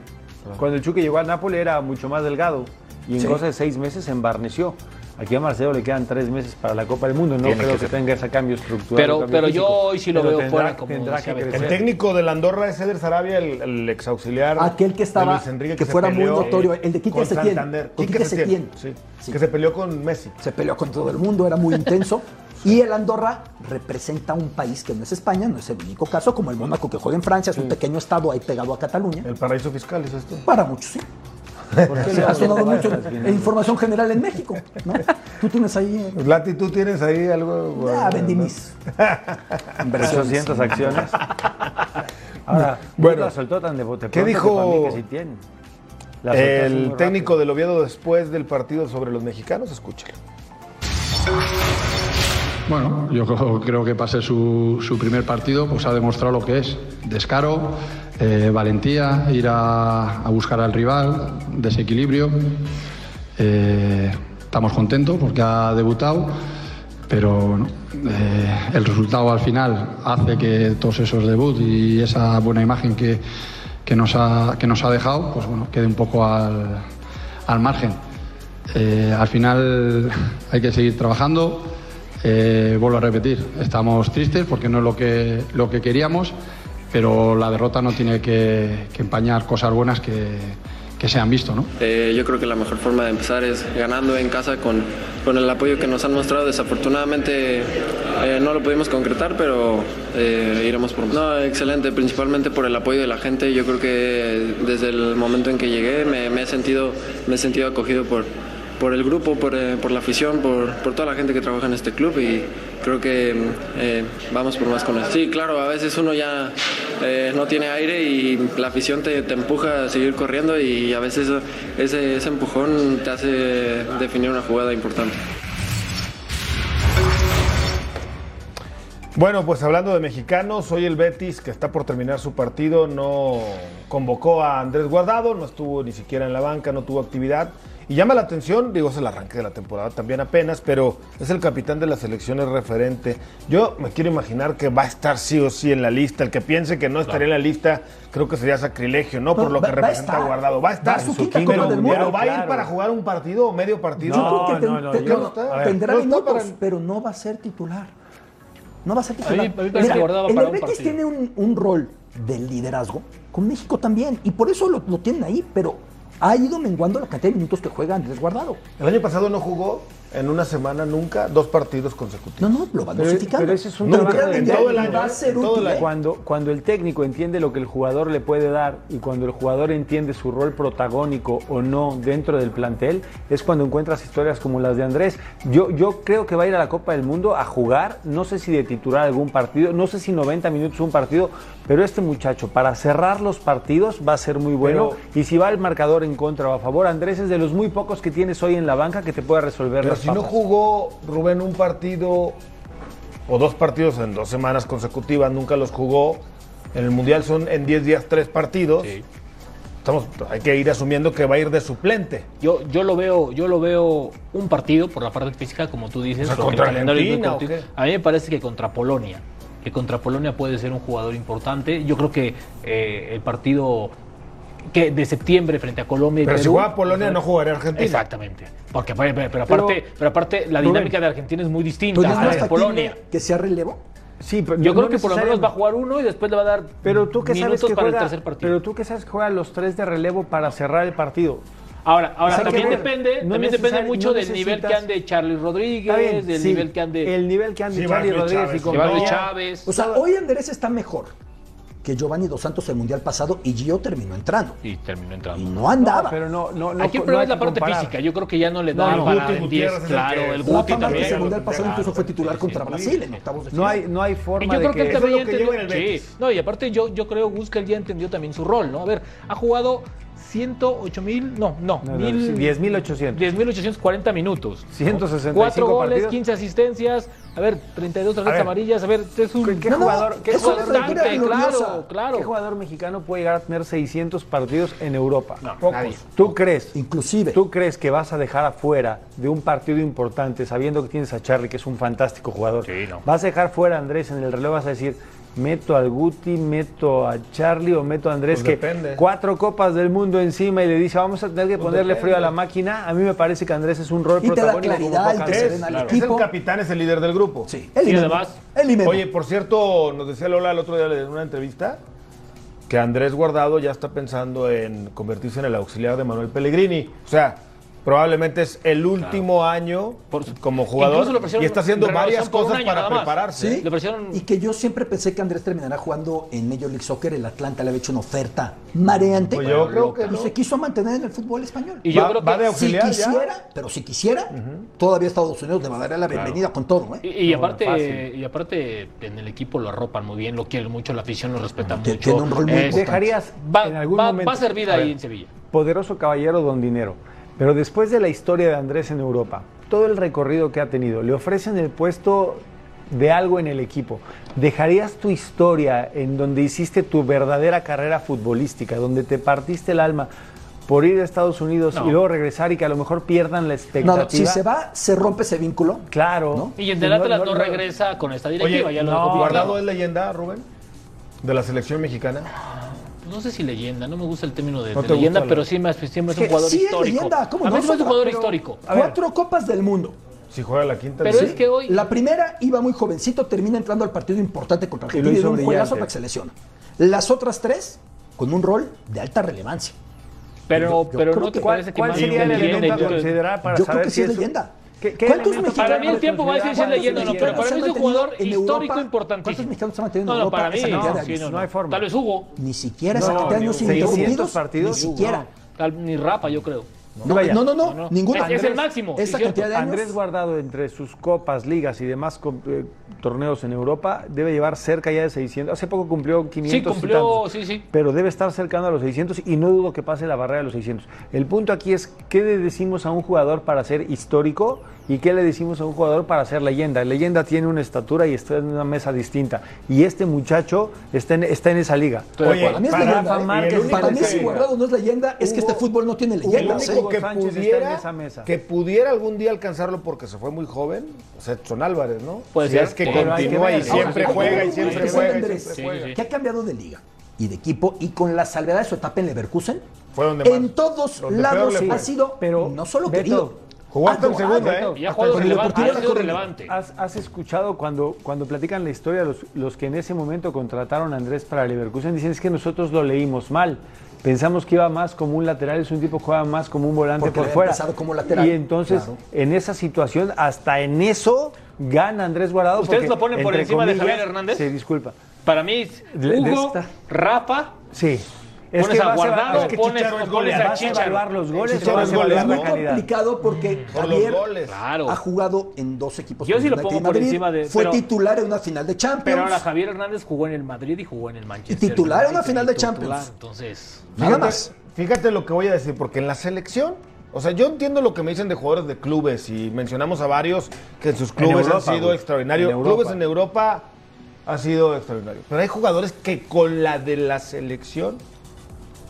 Speaker 4: Cuando el Chucky llegó al Nápoles era mucho más delgado y en
Speaker 2: Sí.
Speaker 4: cosa de seis meses se embarneció. Aquí a Marcelo le quedan tres meses para la Copa del Mundo. No
Speaker 3: Tiene
Speaker 4: creo
Speaker 3: que
Speaker 4: que,
Speaker 3: ser.
Speaker 4: tenga ese cambio estructural.
Speaker 3: Pero-
Speaker 4: cambio
Speaker 3: pero yo
Speaker 4: físico.
Speaker 3: hoy sí lo
Speaker 4: Pero
Speaker 3: veo
Speaker 4: tendrá-
Speaker 3: fuera como
Speaker 4: tendrá
Speaker 3: decía
Speaker 4: que
Speaker 3: Beto.
Speaker 4: crecer.
Speaker 1: El técnico del Andorra es Eder Sarabia, el, el exauxiliar.
Speaker 2: Aquel que estaba-
Speaker 1: de Luis Enrique,
Speaker 2: que
Speaker 1: se
Speaker 2: fuera muy
Speaker 1: peleó
Speaker 2: notorio, el de Quique
Speaker 1: con
Speaker 2: Setién.
Speaker 1: Santander.
Speaker 2: Con
Speaker 1: Quique
Speaker 2: Quique
Speaker 1: Setién,
Speaker 2: Setién.
Speaker 1: sí.
Speaker 2: Sí.
Speaker 1: Que se peleó con Messi.
Speaker 2: Se peleó con todo el mundo, era
Speaker 1: (laughs)
Speaker 2: muy intenso. Y el Andorra representa un país que no es España, no es el único caso, como el Mónaco que juega en Francia, es un pequeño estado ahí pegado a Cataluña.
Speaker 1: El paraíso fiscal es este. esto.
Speaker 2: Para muchos, sí. (laughs) Se ha sonado mucho en información general
Speaker 1: (laughs)
Speaker 2: en México. ¿no? Tú tienes ahí eh,
Speaker 1: Lati, ¿tú tienes ahí algo? güey?
Speaker 2: ah, Bendimis.
Speaker 1: (laughs)
Speaker 2: Inversiones.
Speaker 4: 800 acciones. Ahora,
Speaker 1: Bueno,
Speaker 4: bueno, la soltó tan de bote
Speaker 1: ¿qué
Speaker 4: pronto que
Speaker 1: dijo
Speaker 4: para mí que sí tiene. La soltó así muy
Speaker 1: El
Speaker 4: rápido.
Speaker 1: técnico del Oviedo después del partido sobre los mexicanos, escúchalo.
Speaker 5: Bueno, yo creo- creo que pase su, su primer partido, pues ha demostrado lo que es. Descaro, eh, valentía, ir a, a buscar al rival, desequilibrio. Eh, estamos contentos porque ha debutado, pero no, eh, el resultado al final hace que todos esos debuts y esa buena imagen que, que nos, ha, que nos ha dejado, pues bueno, quede un poco al, al margen. Eh, al final (laughs) hay que seguir trabajando. Eh, vuelvo a repetir, estamos tristes porque no es lo que, lo que queríamos, pero la derrota no tiene que, que empañar cosas buenas que, que se han visto. ¿no?
Speaker 6: Eh, yo creo que la mejor forma de empezar es ganando en casa con, con el apoyo que nos han mostrado. Desafortunadamente eh, no lo pudimos concretar, pero eh, iremos por más. No, excelente, principalmente por el apoyo de la gente. Yo creo que desde el momento en que llegué me, me he, sentido, me he sentido acogido por, por el grupo, por, eh, por la afición, por, por toda la gente que trabaja en este club y creo que mm, eh, vamos por más con esto. Sí, claro, a veces uno ya eh, no tiene aire y la afición te, te empuja a seguir corriendo y a veces ese, ese empujón te hace definir una jugada importante.
Speaker 1: Bueno, pues hablando de mexicanos, hoy el Betis, que está por terminar su partido, no convocó a Andrés Guardado, no estuvo ni siquiera en la banca, no tuvo actividad. Y llama la atención, digo, es el arranque de la temporada también apenas, pero es el capitán de la selección, es referente. Yo me quiero imaginar que va a estar sí o sí en la lista. El que piense que no estaría en la lista, creo que sería sacrilegio, ¿no? Por
Speaker 2: No,
Speaker 1: lo que
Speaker 2: va- va a
Speaker 1: representa
Speaker 2: estar.
Speaker 1: Guardado. Va a estar.
Speaker 2: Va a su
Speaker 1: en
Speaker 2: quinta
Speaker 1: quinto
Speaker 2: Copa del Mundo.
Speaker 1: Pero va a ir
Speaker 4: Claro.
Speaker 1: para jugar un partido o medio partido.
Speaker 4: No,
Speaker 2: Yo creo que
Speaker 4: no,
Speaker 2: ten-
Speaker 4: no,
Speaker 2: ten-
Speaker 4: yo-
Speaker 2: no,
Speaker 1: a ver,
Speaker 2: tendrá
Speaker 1: no está
Speaker 2: minutos,
Speaker 1: para-
Speaker 2: pero no va a ser titular. No va a ser
Speaker 3: mí-
Speaker 2: titular.
Speaker 3: a mí me parece que guardaba
Speaker 2: el
Speaker 3: para
Speaker 2: del
Speaker 3: un
Speaker 2: Betis
Speaker 3: partido.
Speaker 2: tiene un, un rol de liderazgo con México también, y por eso lo, lo tienen ahí, pero ha ido menguando la cantidad de minutos que juega Andrés Guardado.
Speaker 1: El año pasado no jugó en una semana nunca dos partidos consecutivos.
Speaker 2: No, no, lo van
Speaker 4: Pero-
Speaker 2: dosificando.
Speaker 4: pero ese es un
Speaker 2: Lo
Speaker 4: trabajo
Speaker 2: van
Speaker 4: de-
Speaker 2: enviando
Speaker 4: todo el
Speaker 2: y
Speaker 1: año,
Speaker 2: va a
Speaker 1: ¿eh?
Speaker 2: ser
Speaker 1: En todo el
Speaker 2: útil,
Speaker 1: año.
Speaker 2: ¿eh?
Speaker 4: Cuando, cuando el técnico entiende lo que el jugador le puede dar y cuando el jugador entiende su rol protagónico o no dentro del plantel, es cuando encuentras historias como las de Andrés. Yo, yo creo que va a ir a la Copa del Mundo a jugar, no sé si de titular algún partido, no sé si 90 minutos un partido, pero este muchacho para cerrar los partidos va a ser muy bueno y si va el marcador en contra o a favor, Andrés es de los muy pocos que tienes hoy en la banca que te puede resolver
Speaker 1: Pero
Speaker 4: las
Speaker 1: si no
Speaker 4: papas.
Speaker 1: jugó Rubén un partido o dos partidos en dos semanas consecutivas, nunca los jugó. En el Mundial son en 10 días tres partidos. Estamos, hay que ir asumiendo que va a ir de suplente.
Speaker 3: Yo, yo lo veo, yo lo veo un partido por la parte física, como tú dices,
Speaker 1: O sea,
Speaker 3: porque
Speaker 1: ¿contra
Speaker 3: el calendario es muy
Speaker 1: Argentina o
Speaker 3: cortito.
Speaker 1: qué?
Speaker 3: A mí me parece que contra Polonia, que contra Polonia puede ser un jugador importante. Yo creo que eh, el partido que de septiembre frente a Colombia. y
Speaker 7: Pero si
Speaker 3: Perú. pues,
Speaker 7: juega Polonia, no jugaría Argentina.
Speaker 3: Exactamente. Porque, pero, pero- pero aparte, pero, aparte la dinámica de Argentina es muy distinta
Speaker 4: pues,
Speaker 2: Entonces,
Speaker 3: a
Speaker 2: ¿no
Speaker 3: la
Speaker 2: es
Speaker 3: de
Speaker 2: factible
Speaker 3: Polonia.
Speaker 2: que sea relevo?
Speaker 4: Sí, pero
Speaker 3: Yo
Speaker 4: no
Speaker 3: creo que por lo menos
Speaker 4: necesariamente.
Speaker 3: va a jugar uno y después le va a dar
Speaker 4: Pero tú que
Speaker 3: Mm. minutos
Speaker 4: sabes que
Speaker 3: para
Speaker 4: juega,
Speaker 3: el tercer partido.
Speaker 4: Pero tú que sabes que juega los tres de relevo para cerrar el partido.
Speaker 3: Ahora, ahora
Speaker 4: O sea,
Speaker 3: también
Speaker 4: que-
Speaker 3: depende,
Speaker 4: no
Speaker 3: también depende
Speaker 4: necesari-
Speaker 3: mucho
Speaker 4: no
Speaker 3: del nivel que
Speaker 4: necesitas-
Speaker 3: ande Charlie Rodríguez,
Speaker 4: Está bien,
Speaker 3: del
Speaker 4: sí,
Speaker 3: nivel que ande
Speaker 4: El nivel que ande
Speaker 1: Sí,
Speaker 4: Charlie
Speaker 1: Barrio
Speaker 4: Rodríguez
Speaker 1: Chávez,
Speaker 4: y
Speaker 1: sí,
Speaker 3: Giovanni
Speaker 4: compañía.
Speaker 3: Chávez.
Speaker 2: O sea, hoy Andrés está mejor que Giovanni Dos Santos el Mundial pasado y Gio terminó entrando.
Speaker 3: y terminó
Speaker 2: Y
Speaker 3: entrando.
Speaker 2: no andaba.
Speaker 4: No, pero no, no, no.
Speaker 3: Aquí el
Speaker 4: no
Speaker 3: problema
Speaker 4: hay
Speaker 3: es la
Speaker 4: que
Speaker 3: parte
Speaker 4: comparar.
Speaker 3: física. Yo creo que ya no le da
Speaker 4: No, el
Speaker 3: para
Speaker 1: Guti
Speaker 3: el 10,
Speaker 1: Gutiérrez es el
Speaker 3: claro.
Speaker 1: que-
Speaker 3: El
Speaker 1: Rafa
Speaker 3: Guti
Speaker 2: Rafa
Speaker 1: Márquez
Speaker 2: Márquez
Speaker 1: también.
Speaker 2: el Mundial
Speaker 1: Claro,
Speaker 2: pasado incluso fue titular
Speaker 3: sí,
Speaker 2: contra
Speaker 3: sí,
Speaker 2: Brasil en octavos de
Speaker 4: No
Speaker 2: final.
Speaker 4: hay, no hay
Speaker 3: Y
Speaker 4: forma
Speaker 3: yo
Speaker 4: de
Speaker 3: creo que,
Speaker 4: que-
Speaker 1: Eso es
Speaker 3: también
Speaker 1: lo
Speaker 3: ya
Speaker 1: que
Speaker 3: entendió.
Speaker 1: lleva en el
Speaker 3: Sí.
Speaker 1: Betis.
Speaker 3: No, y aparte yo, yo creo, Gus, que él ya entendió también su rol, ¿no? A ver, ha jugado 108 mil, no, no,
Speaker 4: No, no, sí,
Speaker 3: mil-
Speaker 4: 10,800.
Speaker 3: 10.840 minutos.
Speaker 4: 165
Speaker 3: Cuatro goles,
Speaker 4: partidos.
Speaker 3: 15 asistencias, a ver, 32 tarjetas
Speaker 1: ver.
Speaker 3: amarillas, a ver, es un...
Speaker 4: ¿Qué, qué
Speaker 2: No, no,
Speaker 4: jugador, qué
Speaker 2: es una
Speaker 4: jugador
Speaker 2: trayectoria
Speaker 4: mexicano-
Speaker 2: gloriosa.
Speaker 3: claro, claro.
Speaker 4: ¿Qué jugador mexicano puede llegar a tener 600 partidos en Europa?
Speaker 3: No, nadie.
Speaker 4: ¿Tú crees?
Speaker 2: Inclusive.
Speaker 4: ¿Tú crees que vas a dejar afuera de un partido importante, sabiendo que tienes a Charlie, que es un fantástico jugador?
Speaker 3: Sí, no.
Speaker 4: ¿Vas a dejar fuera a Andrés en el reloj? ¿Vas a decir, meto al Guti, meto a Charlie o meto a Andrés?
Speaker 7: Pues
Speaker 4: que
Speaker 7: depende.
Speaker 4: cuatro copas del mundo encima y le dice, vamos a tener que ponerle frío a la máquina. A mí me parece que Andrés es un rol
Speaker 2: Y te da
Speaker 4: protagónico. como
Speaker 2: claridad, y
Speaker 4: poca
Speaker 2: te
Speaker 4: gente.
Speaker 2: serena al
Speaker 1: Es el
Speaker 2: equipo.
Speaker 1: capitán, es el líder del grupo.
Speaker 2: Sí, él
Speaker 3: Y
Speaker 2: Memo.
Speaker 3: además-
Speaker 2: Él y Memo.
Speaker 1: Oye, por cierto, nos decía Lola el otro día en una entrevista que Andrés Guardado ya está pensando en convertirse en el auxiliar de Manuel Pellegrini. O sea, probablemente es el último año
Speaker 3: Por su-
Speaker 1: como jugador
Speaker 3: Incluso lo ofrecieron
Speaker 1: y está haciendo
Speaker 3: renovación
Speaker 1: varias
Speaker 3: por un
Speaker 1: cosas
Speaker 3: año
Speaker 1: para
Speaker 3: nada más.
Speaker 1: prepararse.
Speaker 2: Sí,
Speaker 1: ¿eh?
Speaker 3: Le ofrecieron-
Speaker 2: y que yo siempre pensé que Andrés terminará jugando en Major League Soccer. El Atlanta le había hecho una oferta mareante.
Speaker 1: Pues yo creo que
Speaker 2: y
Speaker 1: no.
Speaker 2: se quiso mantener en el fútbol español.
Speaker 3: Y yo
Speaker 1: Va-
Speaker 3: creo
Speaker 1: va
Speaker 3: que-
Speaker 1: de
Speaker 2: si
Speaker 1: auxiliar ya.
Speaker 2: quisiera, pero si quisiera, todavía Estados Unidos le va a dar la bienvenida con todo, ¿eh?
Speaker 3: Y, y aparte, y aparte, en el equipo lo arropan muy bien, lo quieren mucho, la afición lo respeta
Speaker 2: Tiene-
Speaker 3: mucho.
Speaker 2: tiene un rol muy
Speaker 3: Eh,
Speaker 2: importante.
Speaker 4: ¿Dejarías
Speaker 3: va,
Speaker 4: en algún
Speaker 3: va- va
Speaker 4: momento?
Speaker 3: a servir
Speaker 4: A
Speaker 3: ahí
Speaker 4: ver,
Speaker 3: en Sevilla.
Speaker 4: Poderoso caballero don dinero. Pero después de la historia de Andrés en Europa, todo el recorrido que ha tenido, le ofrecen el puesto de algo en el equipo. ¿Dejarías tu historia en donde hiciste tu verdadera carrera futbolística, donde te partiste el alma por ir a Estados Unidos
Speaker 3: No.
Speaker 4: y luego regresar y que a lo mejor pierdan la
Speaker 2: No,
Speaker 4: expectativa?
Speaker 2: no, si se va, se rompe ese vínculo.
Speaker 4: Claro.
Speaker 2: ¿No?
Speaker 3: Y en el Atlas no,
Speaker 4: no-
Speaker 3: regresa con esta
Speaker 1: Oye,
Speaker 3: directiva, ya lo
Speaker 4: no,
Speaker 3: dejó bien
Speaker 1: Guardado
Speaker 3: claro.
Speaker 1: es leyenda, Rubén, de la selección mexicana.
Speaker 3: No sé si leyenda, no me gusta el término de,
Speaker 1: ¿No
Speaker 3: de
Speaker 1: te
Speaker 3: Ah, leyenda,
Speaker 1: gusta,
Speaker 3: pero
Speaker 1: no?
Speaker 3: sí me siempre es
Speaker 2: Que
Speaker 3: un jugador
Speaker 2: sí es
Speaker 3: histórico.
Speaker 2: leyenda, ¿cómo
Speaker 3: a mí
Speaker 2: no?
Speaker 3: se me hace un jugador
Speaker 2: Pero-
Speaker 3: histórico.
Speaker 4: A ver.
Speaker 2: Cuatro copas del mundo.
Speaker 1: Si juega la quinta.
Speaker 3: Pero
Speaker 1: sí.
Speaker 3: es que hoy.
Speaker 2: La primera iba muy jovencito, termina entrando al partido importante contra
Speaker 4: Y lo
Speaker 2: Argentina y
Speaker 4: hizo
Speaker 2: da un juegazo
Speaker 4: brillante.
Speaker 2: para que se lesiona. Las otras tres con un rol de alta relevancia.
Speaker 3: pero
Speaker 2: yo- yo
Speaker 3: pero
Speaker 2: creo
Speaker 3: no te
Speaker 2: que-
Speaker 4: ¿Cuál,
Speaker 3: parece que
Speaker 4: cuál
Speaker 3: más
Speaker 4: sería el
Speaker 3: leyenda y
Speaker 4: elemento a
Speaker 3: todo-
Speaker 4: considerar para
Speaker 2: Yo creo
Speaker 4: saber
Speaker 2: que sí es
Speaker 4: si
Speaker 2: leyenda.
Speaker 4: ¿Qué- qué
Speaker 2: ¿Cuántos
Speaker 4: elemento
Speaker 2: mexicanos-
Speaker 3: Para mí el
Speaker 4: podemos
Speaker 3: tiempo va a decir si es
Speaker 4: considerar?
Speaker 3: leyenda o no, pero para mí es un
Speaker 2: ¿Cuántos
Speaker 3: jugador
Speaker 2: mexicanos han mantenido en
Speaker 3: histórico
Speaker 2: Europa?
Speaker 3: importantísimo.
Speaker 2: ¿Cuántos mexicanos han mantenido en
Speaker 3: No, no,
Speaker 2: Europa
Speaker 3: para
Speaker 2: esa
Speaker 3: mí
Speaker 2: cantidad de
Speaker 3: no, sí,
Speaker 2: años?
Speaker 3: no,
Speaker 4: No
Speaker 3: no.
Speaker 4: hay forma.
Speaker 3: Tal vez Hugo.
Speaker 2: Ni siquiera,
Speaker 4: No,
Speaker 2: 7 años
Speaker 4: ni un- 600
Speaker 2: ininterrumpidos,
Speaker 4: partidos,
Speaker 2: Ni
Speaker 4: Hugo,
Speaker 2: siquiera.
Speaker 3: Tal- Ni Rafa, yo creo.
Speaker 2: No,
Speaker 4: Vaya.
Speaker 2: no, no, no,
Speaker 3: No, no.
Speaker 2: ninguna.
Speaker 3: Es- es el máximo, sí,
Speaker 2: Esa
Speaker 3: cierto.
Speaker 2: cantidad de años.
Speaker 4: Andrés Guardado, entre sus copas, ligas y demás com- eh, torneos en Europa, debe llevar cerca ya de 600. Hace poco cumplió 500. y
Speaker 3: cumplió,
Speaker 4: tantos,
Speaker 3: sí, sí.
Speaker 4: Pero debe estar cercano a los 600 y no dudo que pase la barrera de los 600. El punto aquí es qué le decimos a un jugador para ser histórico y qué le decimos a un jugador para ser leyenda. Leyenda tiene una estatura y está en una mesa distinta. Y este muchacho está en, está en esa liga.
Speaker 3: Estoy de
Speaker 1: Oye,
Speaker 3: acuerdo.
Speaker 2: para mí es
Speaker 1: Para
Speaker 2: leyenda.
Speaker 4: Rafa
Speaker 2: ¿eh?
Speaker 4: Márquez,
Speaker 2: para
Speaker 4: para
Speaker 2: mí,
Speaker 4: que-
Speaker 2: si Guardado no es leyenda, es que este
Speaker 1: Hugo-
Speaker 2: fútbol no tiene
Speaker 1: El
Speaker 2: leyendas.
Speaker 1: único
Speaker 2: ¿eh?
Speaker 1: que
Speaker 4: Sánchez está
Speaker 1: pudiera,
Speaker 4: en esa mesa.
Speaker 1: que pudiera algún día alcanzarlo porque se fue muy joven, es Edson Álvarez, ¿no?
Speaker 3: Puede
Speaker 1: si
Speaker 3: ser.
Speaker 1: es que
Speaker 3: Pero
Speaker 4: hay que
Speaker 1: continúa
Speaker 4: ver.
Speaker 1: y siempre
Speaker 3: Ahora,
Speaker 1: juega
Speaker 3: hay
Speaker 1: y
Speaker 3: que
Speaker 1: siempre
Speaker 3: ver.
Speaker 1: juega. y
Speaker 2: Andrés,
Speaker 1: siempre
Speaker 3: sí,
Speaker 1: juega.
Speaker 3: sí.
Speaker 2: que ha cambiado de liga y de equipo y con la salvedad de su etapa en Leverkusen,
Speaker 1: Fue donde más-
Speaker 2: en todos
Speaker 1: donde
Speaker 2: lados
Speaker 1: peor le fue.
Speaker 2: ha sido
Speaker 4: Pero,
Speaker 2: no solo
Speaker 4: Beto,
Speaker 2: querido,
Speaker 1: jugó
Speaker 3: Ah,
Speaker 1: hasta en
Speaker 2: adorado.
Speaker 1: segunda, ¿eh?
Speaker 3: Y ha
Speaker 1: Hasta
Speaker 3: jugado
Speaker 1: el
Speaker 3: relevante.
Speaker 2: Deportivo
Speaker 3: Ha sido
Speaker 2: Recorrido.
Speaker 3: relevante.
Speaker 4: ¿Has, has escuchado cuando, cuando platican la historia los, los que en ese momento contrataron a Andrés para Leverkusen? Dicen es que nosotros lo leímos mal. Pensamos que iba más como un lateral, es un tipo que juega más como un volante
Speaker 2: Porque
Speaker 4: por
Speaker 2: había
Speaker 4: fuera.
Speaker 2: empezado como lateral,
Speaker 4: y entonces,
Speaker 2: claro.
Speaker 4: en esa situación, hasta en eso gana Andrés Guardado.
Speaker 3: ¿Ustedes
Speaker 4: porque,
Speaker 3: lo ponen por
Speaker 4: entre
Speaker 3: encima de
Speaker 4: comillas,
Speaker 3: Javier Hernández?
Speaker 4: Sí, disculpa.
Speaker 3: Para mí, es
Speaker 4: De- de
Speaker 3: Hugo,
Speaker 4: esta.
Speaker 3: Rafa,
Speaker 4: Sí.
Speaker 3: pones a
Speaker 4: vas
Speaker 3: Guardado,
Speaker 4: es que
Speaker 3: pones,
Speaker 1: Chicharo es
Speaker 3: pones a
Speaker 4: vas a evaluar
Speaker 3: Chicharo.
Speaker 4: los goles,
Speaker 1: Chicharo
Speaker 4: o vas
Speaker 1: es
Speaker 4: a evaluar
Speaker 1: goleador,
Speaker 4: la
Speaker 2: Es muy
Speaker 4: calidad.
Speaker 2: complicado porque
Speaker 1: Por
Speaker 2: Javier
Speaker 1: los goles.
Speaker 3: Claro.
Speaker 2: ha jugado en dos equipos.
Speaker 3: Yo
Speaker 2: con
Speaker 3: sí lo
Speaker 2: United
Speaker 3: pongo
Speaker 2: y
Speaker 3: por
Speaker 2: Madrid,
Speaker 3: encima de-
Speaker 2: Fue
Speaker 3: pero-
Speaker 2: titular en una final de Champions.
Speaker 3: Pero ahora Javier Hernández jugó en el Madrid y jugó en el Manchester.
Speaker 2: Y titular en una
Speaker 3: United,
Speaker 2: final de
Speaker 3: y titular,
Speaker 2: Champions.
Speaker 3: Entonces,
Speaker 2: Nada más.
Speaker 1: Fíjate lo que voy a decir, porque en la selección, o sea, yo entiendo lo que me dicen de jugadores de clubes y mencionamos a varios que en sus clubes
Speaker 4: Europa,
Speaker 1: han sido
Speaker 4: güey.
Speaker 1: extraordinarios.
Speaker 4: En Europa.
Speaker 1: clubes en Europa ha sido extraordinario. Pero hay jugadores que con la de la selección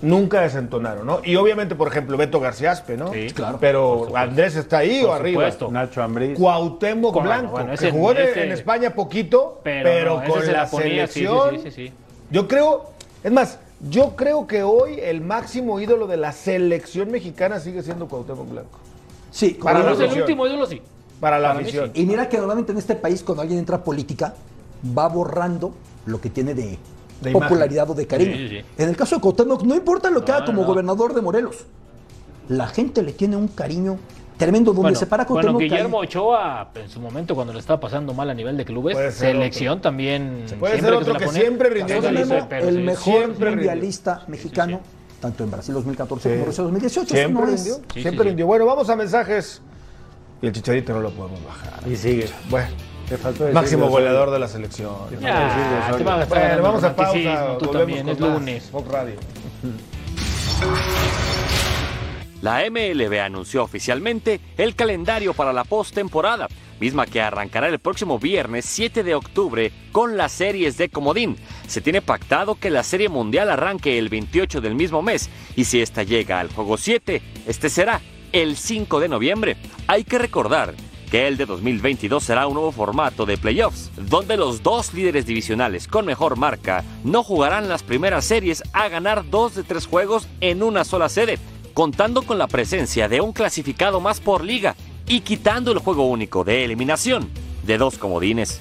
Speaker 1: nunca desentonaron, ¿no? Y obviamente, por ejemplo, Beto García Aspe, ¿no?
Speaker 3: Sí, claro.
Speaker 1: Pero
Speaker 3: Por supuesto.
Speaker 1: Andrés está ahí o
Speaker 3: Por
Speaker 1: arriba.
Speaker 3: supuesto.
Speaker 4: Nacho Ambriz.
Speaker 1: Cuauhtémoc
Speaker 3: Bueno,
Speaker 1: Blanco,
Speaker 3: bueno,
Speaker 1: que
Speaker 3: ese-
Speaker 1: jugó en-
Speaker 3: ese-
Speaker 1: en España poquito, pero,
Speaker 3: no, ese
Speaker 1: con
Speaker 3: se
Speaker 1: la,
Speaker 3: ponía, sí, sí,
Speaker 1: selección.
Speaker 3: sí, sí, sí.
Speaker 1: Yo creo, es más, Yo creo que hoy el máximo ídolo de la selección mexicana sigue siendo Cuauhtémoc Blanco.
Speaker 2: Sí, con-
Speaker 1: Para
Speaker 3: Pero no es el
Speaker 1: afición.
Speaker 3: último ídolo, sí.
Speaker 1: Para la
Speaker 3: Para mí
Speaker 1: afición.
Speaker 2: y mira que normalmente en este país cuando alguien entra a política va borrando lo que tiene de,
Speaker 1: De imagen.
Speaker 2: popularidad o de cariño.
Speaker 3: Sí, sí, sí.
Speaker 2: En el caso de Cuauhtémoc, no importa lo que haga
Speaker 3: no,
Speaker 2: como
Speaker 3: no.
Speaker 2: gobernador de Morelos, la gente le tiene un cariño tremendo donde se para
Speaker 3: bueno,
Speaker 2: Cuauhtémoc.
Speaker 3: Guillermo
Speaker 2: ahí-
Speaker 3: Ochoa, en su momento cuando le estaba pasando mal a nivel de clubes,
Speaker 1: Puede ser
Speaker 3: selección también.
Speaker 1: Puede
Speaker 3: siempre
Speaker 1: ser
Speaker 3: se
Speaker 1: otro
Speaker 3: la
Speaker 1: que
Speaker 3: ponía-
Speaker 1: siempre rindió
Speaker 3: Yo
Speaker 2: Memo,
Speaker 1: en
Speaker 3: le
Speaker 1: el-
Speaker 3: sé, pero
Speaker 2: el
Speaker 3: sí.
Speaker 2: mejor
Speaker 1: Siempre
Speaker 2: mundialista mexicano, tanto en Brasil 2014 como Rusia 2018. eso
Speaker 1: Siempre
Speaker 2: no es-
Speaker 1: rindió.
Speaker 3: sí,
Speaker 1: siempre
Speaker 3: sí.
Speaker 1: rindió. Bueno, vamos a mensajes. Y el chicharito no lo podemos bajar.
Speaker 4: Y sigue.
Speaker 1: Bueno,
Speaker 4: Te faltó decir Ah,
Speaker 1: máximo
Speaker 4: los-
Speaker 1: goleador de la selección.
Speaker 3: Ya, te vas a gastar
Speaker 1: Bueno,
Speaker 3: en
Speaker 1: vamos a
Speaker 3: romanticismo,
Speaker 1: pausa.
Speaker 3: Tú
Speaker 1: volvemos
Speaker 3: también,
Speaker 1: con
Speaker 3: es
Speaker 1: más
Speaker 3: lunes.
Speaker 1: Fox Radio.
Speaker 7: La MLB anunció oficialmente el calendario para la postemporada, misma que arrancará el próximo viernes 7 de octubre con las series de Comodín. Se tiene pactado que la Serie Mundial arranque el 28 del mismo mes y si esta llega al juego 7, este será el 5 de noviembre. Hay que recordar que el de 2022 será un nuevo formato de playoffs, donde los dos líderes divisionales con mejor marca no jugarán las primeras series a ganar dos de tres juegos en una sola sede contando con la presencia de un clasificado más por liga y quitando el juego único de eliminación de dos comodines.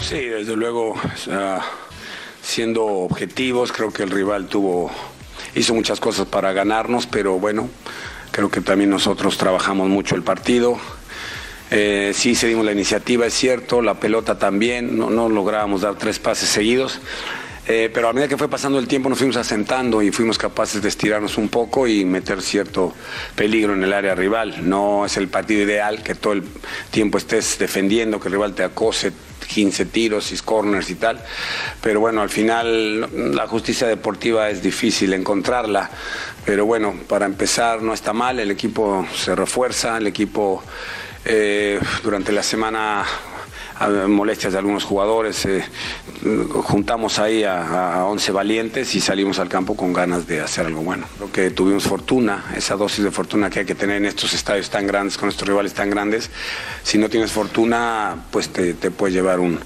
Speaker 8: Sí, desde luego, ah, siendo objetivos, creo que el rival tuvo, hizo muchas cosas para ganarnos, pero bueno, creo que también nosotros trabajamos mucho el partido. Eh, sí, cedimos la iniciativa, es cierto, la pelota también, no, no lográbamos dar tres pases seguidos. eh, pero a medida que fue pasando el tiempo nos fuimos asentando y fuimos capaces de estirarnos un poco y meter cierto peligro en el área rival. No es el partido ideal que todo el tiempo estés defendiendo, que el rival te acose 15 tiros, 6 corners y tal. Pero bueno, al final la justicia deportiva es difícil encontrarla. Pero bueno, para empezar no está mal, el equipo se refuerza, el equipo eh, durante la semana a- molestias de algunos jugadores, eh, juntamos ahí a, a 11 valientes y salimos al campo con ganas de hacer algo bueno. Creo que tuvimos fortuna, esa dosis de fortuna que hay que tener en estos estadios tan grandes, con estos rivales tan grandes. Si no tienes fortuna, pues te, te puede llevar un-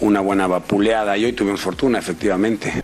Speaker 8: una buena vapuleada y hoy tuvimos fortuna, efectivamente.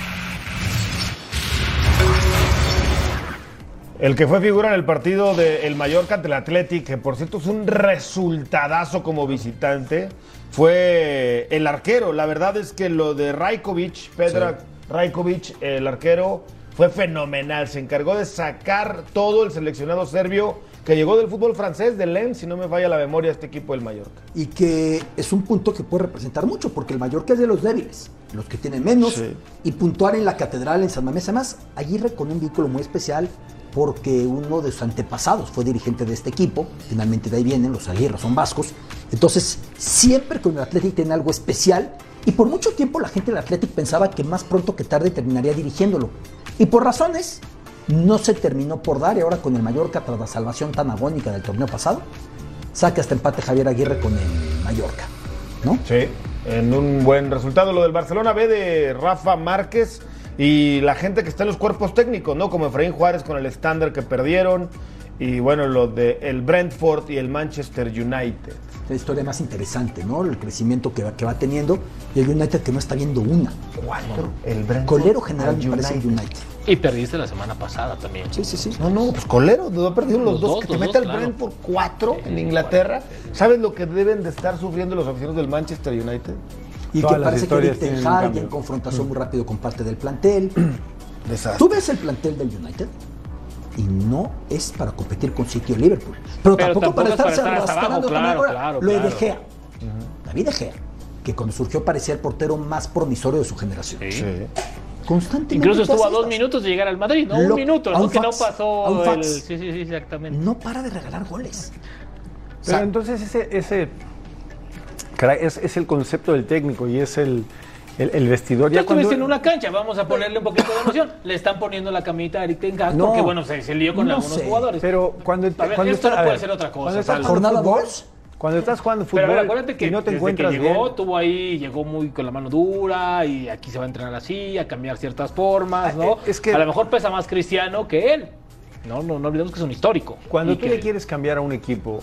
Speaker 1: El que fue figura en el partido del Mallorca ante el Athletic, que por cierto es un resultadazo como visitante, fue el arquero. La verdad es que lo de Rajkovic, Pedra Rajkovic, el arquero, fue fenomenal. Se encargó de sacar todo el seleccionado serbio que llegó del fútbol francés, de Lens, si no me falla la memoria, este equipo del Mallorca.
Speaker 2: y que es un punto que puede representar mucho, porque el Mallorca es de los débiles, los que tienen menos,
Speaker 1: Sí.
Speaker 2: y puntuar en la catedral en San Mamés. Además, Aguirre con un vínculo muy especial, porque uno de sus antepasados fue dirigente de este equipo, finalmente de ahí vienen, los Aguirre son vascos, entonces siempre con el Athletic tiene algo especial, y por mucho tiempo la gente del Athletic pensaba que más pronto que tarde terminaría dirigiéndolo, y por razones no se terminó por dar, y ahora con el Mallorca, tras la salvación tan agónica del torneo pasado, saca hasta empate Javier Aguirre con el Mallorca, ¿no?
Speaker 1: Sí, en un buen resultado. Lo del Barcelona B de Rafa Márquez y la gente que está en los cuerpos técnicos, ¿no? Como Efraín Juárez con el estándar que perdieron. Y bueno, lo de el Brentford y el Manchester United.
Speaker 2: Es la historia más interesante, ¿no? El crecimiento que va, que va teniendo y el United que no está viendo una.
Speaker 1: Cuatro. El Brentford.
Speaker 2: Colero general
Speaker 1: al
Speaker 2: me parece el United.
Speaker 3: Y perdiste la semana pasada también.
Speaker 2: Sí, sí, sí.
Speaker 1: No, no, pues Colero, no ha perdido los,
Speaker 3: Los
Speaker 1: dos,
Speaker 3: dos,
Speaker 1: que te
Speaker 3: los
Speaker 1: meta
Speaker 3: dos,
Speaker 1: el
Speaker 3: claro.
Speaker 1: Brentford cuatro en Inglaterra. ¿Sabes lo que deben de estar sufriendo los aficionados del Manchester United?
Speaker 2: Y
Speaker 4: Todas
Speaker 2: que
Speaker 4: las
Speaker 2: parece que
Speaker 4: historias
Speaker 2: Dick Ten
Speaker 4: tienen un
Speaker 2: Hag
Speaker 4: cambio.
Speaker 2: ya en confrontación muy rápido con parte del plantel.
Speaker 1: Mm. (clears throat) Desastre.
Speaker 2: Tú ves el plantel del United y no es para competir con City o Liverpool. Pero,
Speaker 3: Pero
Speaker 2: tampoco,
Speaker 3: tampoco
Speaker 2: para
Speaker 3: es para
Speaker 2: estarse
Speaker 3: estar hasta abajo,
Speaker 2: arrastrando como
Speaker 3: claro,
Speaker 2: ahora.
Speaker 3: claro,
Speaker 2: Lo de
Speaker 3: claro.
Speaker 2: De Gea. David De Gea, que cuando surgió parecía el portero más promisorio de su generación.
Speaker 1: Sí.
Speaker 2: Constantemente.
Speaker 3: Incluso
Speaker 2: te
Speaker 3: estuvo a
Speaker 2: hace
Speaker 3: dos
Speaker 2: estas-
Speaker 3: minutos de llegar al Madrid, ¿no? un
Speaker 2: Lo-
Speaker 3: minuto,
Speaker 2: a
Speaker 3: ¿no?
Speaker 2: un
Speaker 3: que no
Speaker 2: fax, a un
Speaker 3: pasó el...
Speaker 2: fax.
Speaker 3: Sí, sí, sí, exactamente.
Speaker 2: no para de regalar goles. O
Speaker 4: Pero
Speaker 2: sea,
Speaker 4: entonces ese, ese Caray, es, es el concepto del técnico y es el, el, el vestidor.
Speaker 3: Ya estuviste en una cancha, vamos a ponerle un poquito de emoción. Le están poniendo la camita a Eric Ten Hag
Speaker 4: No,
Speaker 3: porque, bueno, se, se lió con
Speaker 4: no
Speaker 3: algunos
Speaker 4: sé,
Speaker 3: jugadores.
Speaker 4: Pero cuando,
Speaker 3: A ver,
Speaker 4: cuando
Speaker 3: esto no
Speaker 4: está- a
Speaker 3: puede
Speaker 4: ver,
Speaker 3: ser otra cosa,
Speaker 4: Cuando estás
Speaker 3: Sal.
Speaker 4: jugando
Speaker 3: ¿Jornada
Speaker 4: fútbol,
Speaker 3: dos?
Speaker 4: cuando estás jugando fútbol
Speaker 3: Pero a ver, acuérdate que
Speaker 4: y no te
Speaker 3: desde que
Speaker 4: encuentras
Speaker 3: llegó,
Speaker 4: bien,
Speaker 3: tuvo ahí, llegó muy con la mano dura y aquí se va a entrenar así, a cambiar ciertas formas, ¿no?
Speaker 4: Ah, eh, es que-
Speaker 3: a lo mejor pesa más Cristiano que él. No, no, no olvidemos que es un histórico.
Speaker 4: Cuando
Speaker 3: Y
Speaker 4: tú
Speaker 3: que-
Speaker 4: le quieres cambiar a un equipo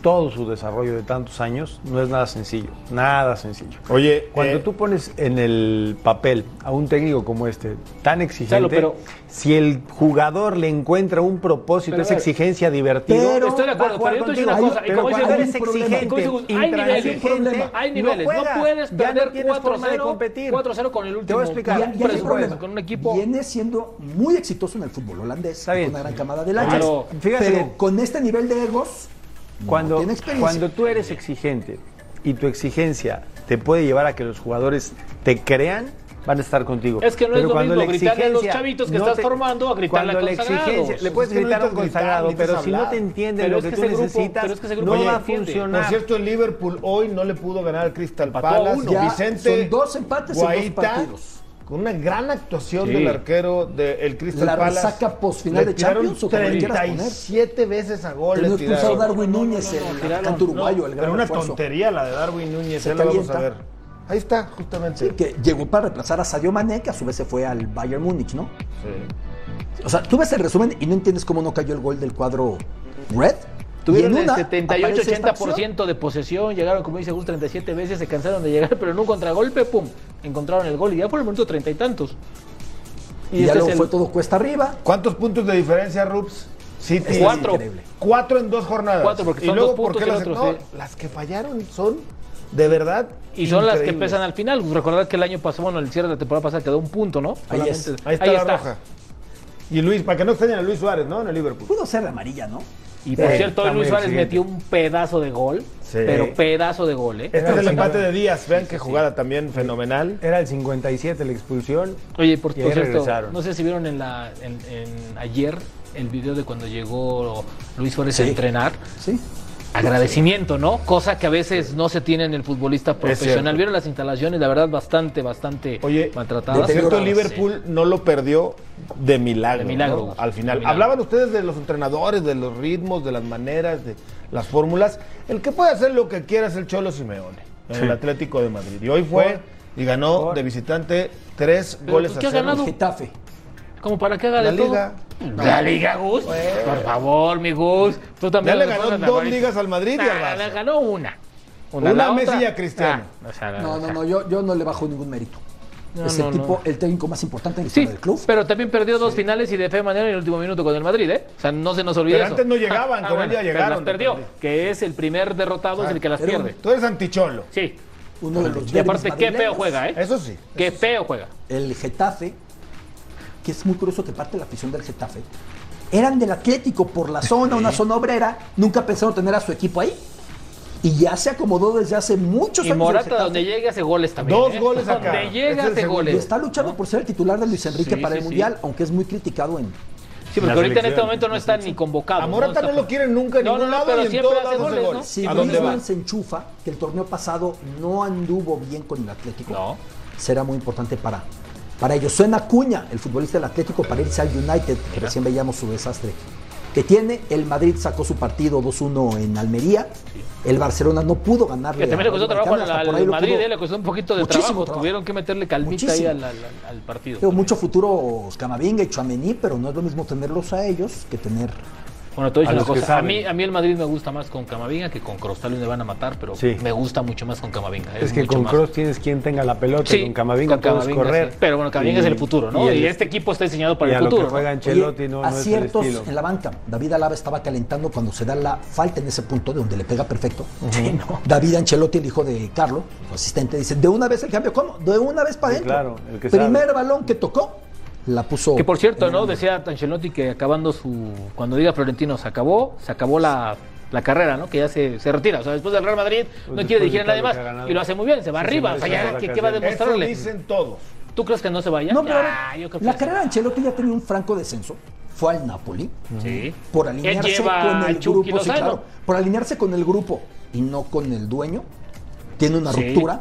Speaker 4: todo su desarrollo de tantos años, no es nada sencillo, nada sencillo.
Speaker 1: Oye,
Speaker 4: Cuando
Speaker 1: eh,
Speaker 4: tú pones en el papel a un técnico como este, tan exigente,
Speaker 3: Chalo, pero-
Speaker 4: si el jugador le encuentra un propósito,
Speaker 3: Pero a
Speaker 4: esa
Speaker 3: ver.
Speaker 4: exigencia divertido,
Speaker 2: Pero-
Speaker 3: Estoy de acuerdo,
Speaker 4: va a
Speaker 3: pero yo te digo
Speaker 4: jugar
Speaker 3: una
Speaker 4: contigo.
Speaker 3: cosa. y
Speaker 4: Pero
Speaker 3: como dice
Speaker 4: cuando
Speaker 3: Gus,
Speaker 4: eres
Speaker 3: como dice
Speaker 4: exigente,
Speaker 3: Gus, hay niveles,
Speaker 4: intransigente,
Speaker 3: hay
Speaker 4: no
Speaker 3: niveles. No,
Speaker 4: juegas,
Speaker 3: puedes
Speaker 4: ya no
Speaker 3: perder
Speaker 4: tienes forma de
Speaker 3: 4-0
Speaker 4: competir.
Speaker 3: 4-0 con el último.
Speaker 4: Te voy a explicar.
Speaker 3: con un
Speaker 4: Ya-
Speaker 2: Y
Speaker 4: ya
Speaker 2: hay un
Speaker 3: presupuesto,
Speaker 2: problema.
Speaker 3: con un equipo.
Speaker 2: Viene siendo muy exitoso en el fútbol holandés,
Speaker 4: Está
Speaker 2: con
Speaker 4: bien.
Speaker 2: una gran camada de
Speaker 3: Claro.
Speaker 2: lanchas.
Speaker 4: Fíjate bien.
Speaker 2: Pero con este nivel de egos, no
Speaker 4: Cuando,
Speaker 2: tiene experiencia.
Speaker 4: cuando tú eres exigente y tu exigencia te puede llevar a que los jugadores te crean, van a estar contigo.
Speaker 3: Es que no es lo
Speaker 4: cuando
Speaker 3: mismo
Speaker 4: la
Speaker 3: gritarle a los
Speaker 4: exigencia
Speaker 3: chavitos que estás formando a gritarle a
Speaker 4: cuando la
Speaker 3: consagrados.
Speaker 4: exigencia- le
Speaker 3: Es
Speaker 4: puedes
Speaker 1: que no
Speaker 4: gritar a un
Speaker 1: necesitas gritar,
Speaker 4: consagrado, pero
Speaker 1: necesitas
Speaker 4: si no
Speaker 1: hablar.
Speaker 4: te entienden
Speaker 3: Pero
Speaker 4: lo
Speaker 3: es
Speaker 4: que,
Speaker 3: que
Speaker 4: tú
Speaker 3: ese grupo-
Speaker 4: necesitas,
Speaker 3: pero es que ese grupo
Speaker 4: no
Speaker 3: ya
Speaker 4: va a
Speaker 3: entiende.
Speaker 1: Por
Speaker 4: funcionar.
Speaker 1: cierto, el Liverpool hoy no le pudo ganar al Crystal
Speaker 3: Empató a
Speaker 1: Palace.
Speaker 3: uno.
Speaker 2: Ya
Speaker 1: Vicente
Speaker 2: son dos empates en dos
Speaker 1: Guaita,
Speaker 2: partidos.
Speaker 1: Con una gran actuación
Speaker 3: Sí.
Speaker 1: del arquero del Crystal
Speaker 2: La
Speaker 1: Palace.
Speaker 2: resaca posfinal
Speaker 1: Le
Speaker 2: de Champions,
Speaker 1: tiraron
Speaker 2: o como le quieras poner.
Speaker 1: 37 veces a gol. le
Speaker 2: Tenido expulsado
Speaker 1: tiraron.
Speaker 2: Darwin Núñez, eh. el cantante uruguayo, el gran
Speaker 1: Pero una
Speaker 2: refuerzo.
Speaker 1: tontería la de Darwin Núñez,
Speaker 2: Se
Speaker 1: ya la vamos a
Speaker 2: calienta.
Speaker 1: ver. Ahí está, justamente.
Speaker 2: Sí, que llegó para reemplazar a Sadio Mané, que a su vez se fue al Bayern Múnich, ¿no? O sea, tú ves el resumen y no entiendes cómo no cayó el gol del cuadro Red.
Speaker 3: Tuvieron
Speaker 2: Y en
Speaker 3: el
Speaker 2: una aparece esta acción.
Speaker 3: 78-80% de posesión, llegaron, como dice Gus, 37 veces, se cansaron de llegar, pero en un contragolpe, pum, encontraron el gol y ya por el minuto treinta y tantos.
Speaker 2: Y, ya
Speaker 3: este
Speaker 2: luego
Speaker 3: es el-
Speaker 2: fue todo cuesta arriba.
Speaker 1: ¿Cuántos puntos de diferencia, Rups? City.
Speaker 3: Cuatro.
Speaker 2: increíble.
Speaker 1: Cuatro en dos jornadas.
Speaker 3: Cuatro, porque
Speaker 1: y
Speaker 3: son
Speaker 1: luego,
Speaker 3: dos
Speaker 1: ¿por
Speaker 3: puntos
Speaker 1: qué
Speaker 3: y
Speaker 1: las,
Speaker 3: otros,
Speaker 1: no,
Speaker 3: sí.
Speaker 1: las que fallaron son de verdad.
Speaker 3: Y son las que
Speaker 1: increíbles.
Speaker 3: pesan al final. Gus, Recordad que el año pasado, bueno, el cierre de la temporada pasada quedó un punto, ¿no?
Speaker 2: Ahí es.
Speaker 3: Solamente-
Speaker 1: Ahí está la roja. Y Luis, para que no extrañen a Luis Suárez, ¿no? En el Liverpool. eh,
Speaker 2: Pudo ser la amarilla, ¿no?
Speaker 3: Y por
Speaker 1: Sí,
Speaker 3: cierto,
Speaker 4: está
Speaker 3: hoy Luis
Speaker 4: muy
Speaker 3: Suárez
Speaker 4: exigente.
Speaker 3: metió un pedazo de gol,
Speaker 1: Sí.
Speaker 3: pero pedazo de gol, ¿eh?
Speaker 1: Este es el empate de Díaz. Vean qué jugada también fenomenal.
Speaker 4: Era el 57 la expulsión.
Speaker 3: Oye, por, por
Speaker 4: Y ahí
Speaker 3: cierto,
Speaker 4: regresaron.
Speaker 3: no sé si vieron en la, en- en ayer el video de cuando llegó Luis Suárez a
Speaker 2: Sí.
Speaker 3: entrenar.
Speaker 2: Sí.
Speaker 3: Agradecimiento, ¿no? Cosa que a veces no se tiene en el futbolista profesional.
Speaker 1: cierto.
Speaker 3: Vieron las instalaciones, la verdad, bastante, bastante
Speaker 1: Oye,
Speaker 3: maltratadas.
Speaker 1: Por cierto,
Speaker 3: Sí.
Speaker 1: Liverpool no lo perdió de milagro.
Speaker 3: De milagro.
Speaker 1: ¿no? Al
Speaker 3: De
Speaker 1: final.
Speaker 3: milagro.
Speaker 1: Hablaban ustedes de los entrenadores, de los ritmos, de las maneras, de las fórmulas. El que puede hacer lo que quiera es el Cholo Simeone, en el Atlético de Madrid. Y hoy fue y ganó
Speaker 4: Por-
Speaker 1: de visitante tres
Speaker 3: Pero,
Speaker 1: goles
Speaker 3: ¿por
Speaker 1: a
Speaker 3: qué ha
Speaker 1: cero.
Speaker 3: ganado?
Speaker 2: Getafe.
Speaker 3: Como para que haga
Speaker 1: La
Speaker 3: de todo.
Speaker 1: Liga.
Speaker 3: La Liga, Gus. Por favor, mi Gus. Tú
Speaker 1: Ya
Speaker 3: también.
Speaker 1: le
Speaker 3: eres
Speaker 1: ganó
Speaker 3: fan de
Speaker 1: dos
Speaker 3: Madrid.
Speaker 1: ligas al Madrid y al
Speaker 3: Nah, le
Speaker 1: Barça.
Speaker 3: ganó una.
Speaker 1: Una
Speaker 3: la
Speaker 1: a Messi
Speaker 3: otra.
Speaker 1: y a Cristiano.
Speaker 3: Ah, o sea,
Speaker 2: No,
Speaker 3: o
Speaker 2: no,
Speaker 3: sea.
Speaker 2: no, yo, yo no le bajo ningún mérito.
Speaker 3: No,
Speaker 2: es el
Speaker 3: no,
Speaker 2: tipo,
Speaker 3: no.
Speaker 2: el técnico más importante en la
Speaker 3: Sí,
Speaker 2: historia del club.
Speaker 3: pero también perdió dos finales y de fe manera en el último minuto con el Madrid, ¿eh? O sea, no se nos olvide
Speaker 1: Pero
Speaker 3: eso. Ah,
Speaker 1: antes no
Speaker 3: (laughs)
Speaker 1: llegaban, con él ya
Speaker 3: pero
Speaker 1: llegaron,
Speaker 3: las
Speaker 1: de
Speaker 3: perdió,
Speaker 1: perdido.
Speaker 3: que es el primer derrotado, es el que las
Speaker 2: era un-
Speaker 3: pierde.
Speaker 1: Tú eres anticholo.
Speaker 3: Sí.
Speaker 2: Uno de los
Speaker 3: Y aparte,
Speaker 2: derbis
Speaker 3: qué feo
Speaker 2: madrileños.
Speaker 3: juega, ¿eh?
Speaker 1: Eso sí.
Speaker 3: Qué feo juega.
Speaker 2: El Getafe, que es muy curioso que parte de la afición del Getafe, eran del Atlético por la zona, una zona obrera, nunca pensaron tener a su equipo ahí. Y ya se acomodó desde hace muchos
Speaker 3: Y
Speaker 2: años. el
Speaker 3: Morata,
Speaker 2: Getafe.
Speaker 3: donde llega, hace goles también.
Speaker 1: Dos
Speaker 3: ¿eh?
Speaker 1: goles
Speaker 3: Donde
Speaker 1: acá. Es el
Speaker 3: llega, hace
Speaker 1: segundo.
Speaker 2: Y
Speaker 3: goles.
Speaker 2: está luchando por ser el titular de Luis Enrique
Speaker 3: Sí,
Speaker 2: para
Speaker 3: sí,
Speaker 2: el
Speaker 3: sí.
Speaker 2: Mundial, aunque es muy criticado en.
Speaker 3: Sí, porque
Speaker 1: La
Speaker 3: ahorita en
Speaker 1: selección.
Speaker 3: este momento no está ni convocado.
Speaker 1: A Morata
Speaker 3: Está-
Speaker 1: no lo quieren nunca en
Speaker 3: No,
Speaker 1: ningún
Speaker 3: no, no,
Speaker 1: lado
Speaker 3: pero
Speaker 1: y en
Speaker 3: siempre
Speaker 1: todos
Speaker 3: hace
Speaker 1: lados hace
Speaker 3: goles,
Speaker 1: goles.
Speaker 2: Si
Speaker 1: ¿A dónde va?
Speaker 2: Griezmann se enchufa, que el torneo pasado no anduvo bien con el Atlético,
Speaker 3: No.
Speaker 2: será muy importante para, para ellos. Suena Cuña, el futbolista del Atlético, para irse al United, que recién veíamos su desastre que tiene. El Madrid sacó su partido 2-1 en Almería. El Barcelona no pudo ganarle.
Speaker 3: Que también le
Speaker 2: a-
Speaker 3: costó
Speaker 2: al
Speaker 3: trabajo
Speaker 2: Vallecano,
Speaker 3: al,
Speaker 2: hasta por ahí
Speaker 3: al
Speaker 2: lo
Speaker 3: Madrid,
Speaker 2: pudo-
Speaker 3: ¿eh? le costó un poquito de
Speaker 2: Muchísimo
Speaker 3: trabajo.
Speaker 2: trabajo.
Speaker 3: Tuvieron que meterle calmita
Speaker 2: Muchísimo.
Speaker 3: ahí al, al- al partido.
Speaker 2: Tengo
Speaker 3: también.
Speaker 2: mucho futuro Camavinga y Chuamení, pero no es lo mismo tenerlos a ellos que tener.
Speaker 3: Bueno, te voy a
Speaker 4: A
Speaker 3: decir
Speaker 4: los
Speaker 3: una
Speaker 4: que
Speaker 3: cosa. A
Speaker 4: saben.
Speaker 3: mí, a mí el Madrid me gusta más con Camavinga que con Kroos. Tal vez me van a matar, pero
Speaker 4: Sí.
Speaker 3: me gusta mucho más con Camavinga. eh,
Speaker 4: Es que
Speaker 3: mucho
Speaker 4: con
Speaker 3: más-
Speaker 4: Cross tienes quien tenga la pelota,
Speaker 3: Sí,
Speaker 4: y con Camavinga puedes
Speaker 3: Camavinga,
Speaker 4: correr.
Speaker 3: sí. Pero bueno, Camavinga es el
Speaker 4: Y-
Speaker 3: futuro, ¿no? Y,
Speaker 4: el-
Speaker 3: este equipo está diseñado para
Speaker 4: y
Speaker 3: el
Speaker 4: a lo
Speaker 3: futuro.
Speaker 4: que juega
Speaker 3: ¿no?
Speaker 4: Ancelotti
Speaker 2: Oye,
Speaker 4: no, no es el
Speaker 2: aciertos
Speaker 4: estilo.
Speaker 2: en la banca. David Alaba estaba calentando cuando se da la falta en ese punto de donde le pega perfecto. David Ancelotti, el hijo de Carlos, su asistente, dice, de una vez el cambio, ¿cómo? De una vez para
Speaker 4: Sí,
Speaker 2: adentro.
Speaker 4: claro, el que
Speaker 2: Primer
Speaker 4: sabe.
Speaker 2: balón que tocó, la puso.
Speaker 3: Que por cierto,
Speaker 2: en el
Speaker 3: ¿no?
Speaker 2: ángulo.
Speaker 3: Decía Ancelotti que acabando su. Cuando diga Florentino, se acabó, se acabó la, la carrera, ¿no? Que ya se, se retira. O sea, después del Real Madrid no
Speaker 4: después
Speaker 3: quiere dirigir a
Speaker 4: de
Speaker 3: nadie
Speaker 4: todo lo
Speaker 3: más.
Speaker 4: que ha ganado.
Speaker 3: Y lo hace muy bien, se va
Speaker 4: Sí, se
Speaker 3: arriba. o sea,
Speaker 4: merece
Speaker 3: ya,
Speaker 4: toda
Speaker 3: ¿qué,
Speaker 4: la
Speaker 3: qué va a
Speaker 4: carrera.
Speaker 1: Eso
Speaker 3: demostrarle?
Speaker 1: dicen todos.
Speaker 3: ¿Tú crees que no se vaya?
Speaker 2: No, pero
Speaker 3: Ah,
Speaker 2: a ver,
Speaker 3: yo creo que
Speaker 2: la
Speaker 3: sí.
Speaker 2: carrera de Ancelotti ya tenía un franco descenso. Fue al Napoli.
Speaker 3: Sí.
Speaker 2: Por
Speaker 3: Él
Speaker 2: alinearse
Speaker 3: lleva
Speaker 2: con
Speaker 3: al
Speaker 2: el
Speaker 3: Chucky
Speaker 2: grupo. sí,
Speaker 3: Lozano.
Speaker 2: claro, por alinearse con el grupo y no con el dueño. tiene una
Speaker 3: Sí.
Speaker 2: ruptura,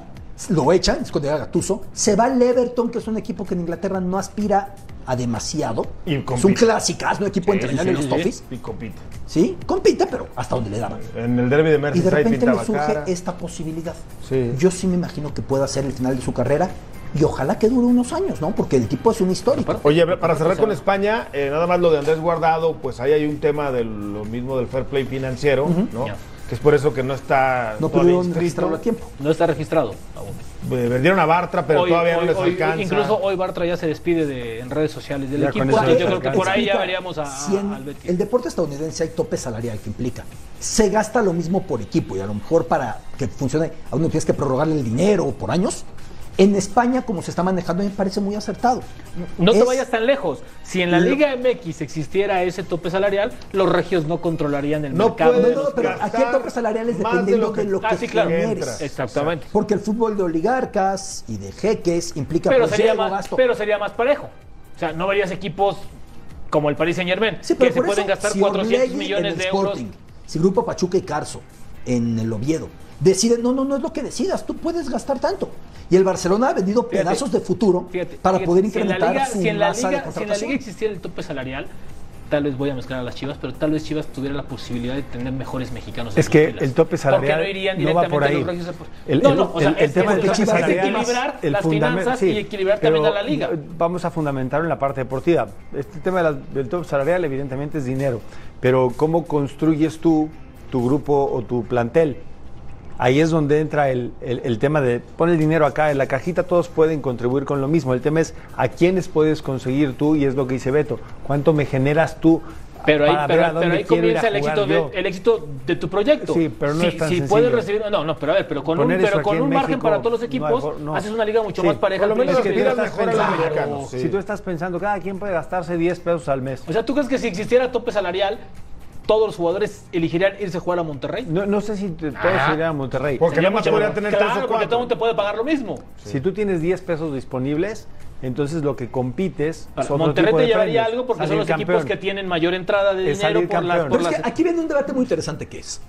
Speaker 2: lo echan, es cuando llega Gattuso, se va al Everton, que es un equipo que en Inglaterra no aspira a demasiado.
Speaker 1: Y
Speaker 2: es un
Speaker 1: compite.
Speaker 2: clásicas, un
Speaker 1: Sí,
Speaker 2: equipo entrenado
Speaker 1: sí,
Speaker 2: en
Speaker 1: sí,
Speaker 2: los
Speaker 1: sí,
Speaker 2: topis.
Speaker 1: Y compite.
Speaker 2: Sí, compite, pero hasta donde le daban.
Speaker 1: En el derby de
Speaker 2: Y de
Speaker 1: Merseyside
Speaker 2: repente
Speaker 1: pintaba
Speaker 2: le surge
Speaker 1: cara.
Speaker 2: esta posibilidad.
Speaker 4: Sí.
Speaker 2: Yo sí me imagino que pueda ser el final de su carrera y ojalá que dure unos años, ¿no? Porque el tipo es un histórico.
Speaker 1: Oye, para cerrar con España, eh, nada más lo de Andrés Guardado, pues ahí hay un tema de lo mismo del fair play financiero, ¿no?
Speaker 3: Ya.
Speaker 1: Que es por eso que no está
Speaker 2: No
Speaker 1: todavía
Speaker 2: pudieron
Speaker 1: inscrito.
Speaker 2: registrarlo a tiempo.
Speaker 3: No está registrado aún.
Speaker 1: Eh, Vendieron a Bartra, pero
Speaker 3: Hoy-
Speaker 1: todavía
Speaker 3: hoy-
Speaker 1: no les
Speaker 3: hoy-
Speaker 1: alcanza.
Speaker 3: Incluso hoy Bartra ya se despide de, en redes sociales del
Speaker 4: Ya
Speaker 3: equipo.
Speaker 4: con eso
Speaker 3: entonces
Speaker 4: ya
Speaker 3: yo
Speaker 4: se
Speaker 3: creo que por ahí ya
Speaker 2: Explica,
Speaker 3: veríamos a,
Speaker 2: si en
Speaker 3: al Betis.
Speaker 2: El deporte estadounidense hay tope salarial que implica. Se gasta lo mismo por equipo y a lo mejor para que funcione, a uno tienes que prorrogarle el dinero por años. En España, como se está manejando, me parece muy acertado.
Speaker 3: No te
Speaker 2: Es-
Speaker 3: vayas tan lejos. Si en la
Speaker 2: Lo-
Speaker 3: Liga MX existiera ese tope salarial, los regios no controlarían el
Speaker 1: No
Speaker 3: mercado.
Speaker 1: puede-
Speaker 3: de
Speaker 2: No,
Speaker 3: los-
Speaker 2: no, pero
Speaker 1: gastar
Speaker 2: aquí el tope salarial
Speaker 1: más
Speaker 2: es
Speaker 1: de
Speaker 2: dependiendo
Speaker 1: lo que-
Speaker 2: de lo que,
Speaker 3: Ah, sí, claro.
Speaker 2: generes.
Speaker 3: Exactamente.
Speaker 2: Porque el fútbol de oligarcas y de jeques implica
Speaker 3: Pero
Speaker 2: pues,
Speaker 3: sería,
Speaker 2: llego,
Speaker 3: más,
Speaker 2: gasto.
Speaker 3: pero sería más parejo. O sea, no verías equipos como el Paris Saint Germain,
Speaker 2: Sí, pero
Speaker 3: que se
Speaker 2: por
Speaker 3: pueden
Speaker 2: eso,
Speaker 3: gastar
Speaker 2: si
Speaker 3: 400
Speaker 2: Orlegui
Speaker 3: millones
Speaker 2: en el
Speaker 3: de euros.
Speaker 2: Sporting, Si Grupo Pachuca y Carso en el Oviedo deciden, no, no, no es lo que decidas, tú puedes gastar tanto. Y el Barcelona ha vendido
Speaker 3: Fíjate,
Speaker 2: pedazos de futuro
Speaker 3: Fíjate,
Speaker 2: para
Speaker 3: fíjate,
Speaker 2: poder
Speaker 3: si en la
Speaker 2: incrementar
Speaker 3: liga-
Speaker 2: su
Speaker 3: si en la liga-
Speaker 2: masa de
Speaker 3: Si en la
Speaker 2: contratación.
Speaker 3: liga existiera el tope salarial, tal vez voy a mezclar a las Chivas, pero tal vez Chivas tuviera la posibilidad de tener mejores mexicanos. en
Speaker 4: Es
Speaker 3: sus
Speaker 4: que
Speaker 3: filas.
Speaker 4: el tope salarial
Speaker 3: Porque no irían
Speaker 4: no va
Speaker 3: directamente
Speaker 4: por ahí.
Speaker 3: los regios a-
Speaker 4: El,
Speaker 3: no,
Speaker 4: el-
Speaker 3: no, o sea,
Speaker 4: el- el
Speaker 3: es
Speaker 4: tema
Speaker 3: que
Speaker 4: del
Speaker 3: es
Speaker 4: tope
Speaker 2: Chivas hay que
Speaker 4: salarial
Speaker 3: equilibrar
Speaker 4: el
Speaker 3: las
Speaker 4: fundamen-
Speaker 3: finanzas
Speaker 4: sí,
Speaker 3: y equilibrar también
Speaker 4: pero
Speaker 3: a la liga.
Speaker 4: Vamos a fundamentar en la parte deportiva. Este tema de la- del tope salarial evidentemente es dinero, pero ¿cómo construyes tú tu grupo o tu plantel? Ahí es donde entra el, el- el tema de pon el dinero acá en la cajita, todos pueden contribuir con lo mismo. El tema es a quiénes puedes conseguir tú y es lo que dice Beto, cuánto me generas tú.
Speaker 3: Pero ahí,
Speaker 4: para ver
Speaker 3: pero,
Speaker 4: a dónde
Speaker 3: pero ahí
Speaker 4: quiero ir a
Speaker 3: comienza el
Speaker 4: jugar
Speaker 3: éxito, de,
Speaker 4: yo?
Speaker 3: el éxito de tu proyecto.
Speaker 4: Sí, pero no
Speaker 3: si,
Speaker 4: es tan
Speaker 3: si
Speaker 4: sencillo.
Speaker 3: puedes recibir, no, no, pero a ver, pero con un,
Speaker 4: Poner eso
Speaker 3: pero
Speaker 4: aquí
Speaker 3: con
Speaker 4: en
Speaker 3: un margen
Speaker 4: México,
Speaker 3: para todos los
Speaker 4: no hay
Speaker 3: equipos,
Speaker 4: for- no.
Speaker 3: haces una liga mucho
Speaker 4: Sí,
Speaker 3: más pareja.
Speaker 1: por lo
Speaker 3: al
Speaker 1: menos
Speaker 3: principio.
Speaker 1: que
Speaker 4: tú
Speaker 1: miras
Speaker 4: estás
Speaker 1: mejor a los
Speaker 4: pensando-
Speaker 1: mexicanos, sí.
Speaker 4: Si tú estás pensando, cada quien puede gastarse 10 pesos al mes.
Speaker 3: O sea, ¿tú crees que si existiera tope salarial, todos los jugadores elegirían irse a jugar a Monterrey?
Speaker 4: No, no sé si te- todos
Speaker 3: Ah.
Speaker 4: irían a Monterrey.
Speaker 1: Porque
Speaker 3: Sería
Speaker 1: nada más
Speaker 3: mucho
Speaker 1: podría
Speaker 3: mejor.
Speaker 1: tener
Speaker 3: claro,
Speaker 1: tres o
Speaker 3: porque todo el mundo te
Speaker 1: cuatro.
Speaker 3: puede pagar lo mismo.
Speaker 4: Si tú tienes 10 pesos disponibles, entonces lo que compites
Speaker 3: Para-
Speaker 4: es otro
Speaker 3: Monterrey
Speaker 4: tipo
Speaker 3: te
Speaker 4: de
Speaker 3: llevaría
Speaker 4: premios.
Speaker 3: algo porque son
Speaker 4: Salir
Speaker 3: los equipos
Speaker 4: campeón.
Speaker 3: que tienen mayor entrada de
Speaker 4: Es
Speaker 3: dinero
Speaker 4: salir
Speaker 3: por las...
Speaker 4: campeón.
Speaker 3: Por
Speaker 2: Pero es
Speaker 3: las-
Speaker 2: que
Speaker 1: ah,
Speaker 2: aquí viene un debate muy interesante que es,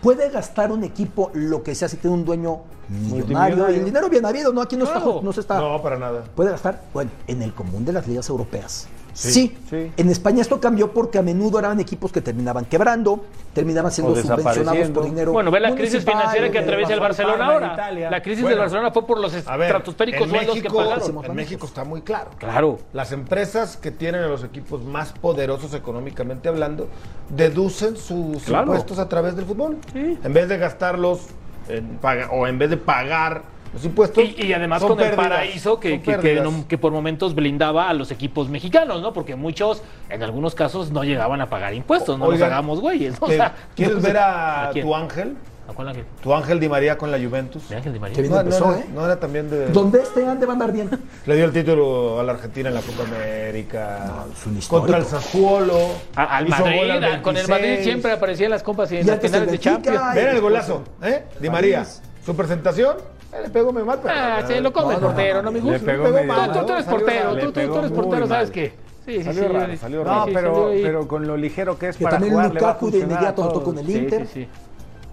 Speaker 2: ¿puede gastar un equipo lo que sea si tiene un dueño millonario?
Speaker 4: Multimillonario.
Speaker 2: El dinero bien habido, ¿no? Aquí no,
Speaker 3: Claro.
Speaker 2: está, no se está...
Speaker 1: No, para nada.
Speaker 2: ¿Puede gastar? Bueno, en el común de las ligas europeas. Sí,
Speaker 4: sí.
Speaker 2: En España esto cambió porque a menudo eran equipos que terminaban quebrando, terminaban siendo
Speaker 4: O
Speaker 2: subvencionados
Speaker 4: desapareciendo.
Speaker 2: por dinero.
Speaker 3: Bueno, ve la crisis
Speaker 2: municipal,
Speaker 3: financiera que
Speaker 2: o de-
Speaker 3: atraviesa el
Speaker 4: pasó al
Speaker 3: Barcelona
Speaker 4: Parma en
Speaker 3: ahora.
Speaker 4: Italia.
Speaker 3: La crisis del
Speaker 1: Bueno.
Speaker 3: Barcelona fue por los
Speaker 1: A ver,
Speaker 3: estratosféricos
Speaker 1: en
Speaker 3: sueldos que
Speaker 1: México-
Speaker 3: pagaron.
Speaker 1: En México está muy claro.
Speaker 3: Claro.
Speaker 1: Las empresas que tienen a los equipos más poderosos económicamente hablando deducen sus
Speaker 3: Claro.
Speaker 1: impuestos a través del fútbol. En vez de gastarlos en paga- o en vez de pagar los impuestos.
Speaker 3: Y, y además
Speaker 1: son
Speaker 3: con el
Speaker 1: pérdidas,
Speaker 3: paraíso que,
Speaker 1: son
Speaker 3: que- que
Speaker 1: pérdidas.
Speaker 3: no- que por momentos blindaba a los equipos mexicanos, ¿no? Porque muchos, en algunos casos, no llegaban a pagar impuestos, no
Speaker 1: Oigan,
Speaker 3: nos hagamos güeyes. ¿no? (laughs) O
Speaker 1: ¿Qué-
Speaker 3: sea,
Speaker 1: ¿Quieres
Speaker 3: no sé.
Speaker 1: ver a,
Speaker 3: quién?
Speaker 1: tu ángel?
Speaker 3: ¿A cuál ángel?
Speaker 1: Tu ángel Di María con la Juventus.
Speaker 3: ¿De Ángel Di María?
Speaker 2: Que bien
Speaker 1: No,
Speaker 2: empezó,
Speaker 1: no, era,
Speaker 2: ¿eh?
Speaker 1: no era también de.
Speaker 2: Donde este esté, han de andar bien.
Speaker 1: Le dio el título a la Argentina en la Copa América.
Speaker 2: No, es un histórico.
Speaker 1: contra el Sassuolo.
Speaker 3: A- al
Speaker 1: hizo
Speaker 3: Madrid,
Speaker 1: gol al
Speaker 3: a- con el
Speaker 1: 26.
Speaker 3: Madrid siempre aparecían las compas y en
Speaker 2: Y
Speaker 3: las
Speaker 2: antes
Speaker 3: finales de
Speaker 2: el Benfica,
Speaker 3: Champions.
Speaker 2: y-
Speaker 1: Vean el golazo, ¿eh? Di María. Su presentación, eh, le pegó muy mal, pero.
Speaker 3: Ah, se lo come el portero, no me gusta.
Speaker 4: Le pegó medio
Speaker 3: Ah,
Speaker 4: mal.
Speaker 3: tú, tú eres
Speaker 1: Salió
Speaker 3: portero,
Speaker 1: raro,
Speaker 3: tú,
Speaker 4: le
Speaker 3: tú- tú
Speaker 4: pegó
Speaker 3: eres
Speaker 4: muy
Speaker 3: portero, ¿sabes
Speaker 4: mal.
Speaker 3: qué? Sí,
Speaker 1: Salió raro, salió
Speaker 4: No,
Speaker 1: Sí,
Speaker 4: pero,
Speaker 3: salió ahí.
Speaker 4: pero con lo ligero que es
Speaker 2: Que
Speaker 4: para
Speaker 2: también
Speaker 4: jugar, le va a
Speaker 2: Lukaku de
Speaker 4: funcionar a
Speaker 2: inmediato anotó
Speaker 4: todos.
Speaker 2: con el
Speaker 3: Sí,
Speaker 2: Inter.
Speaker 3: sí, sí.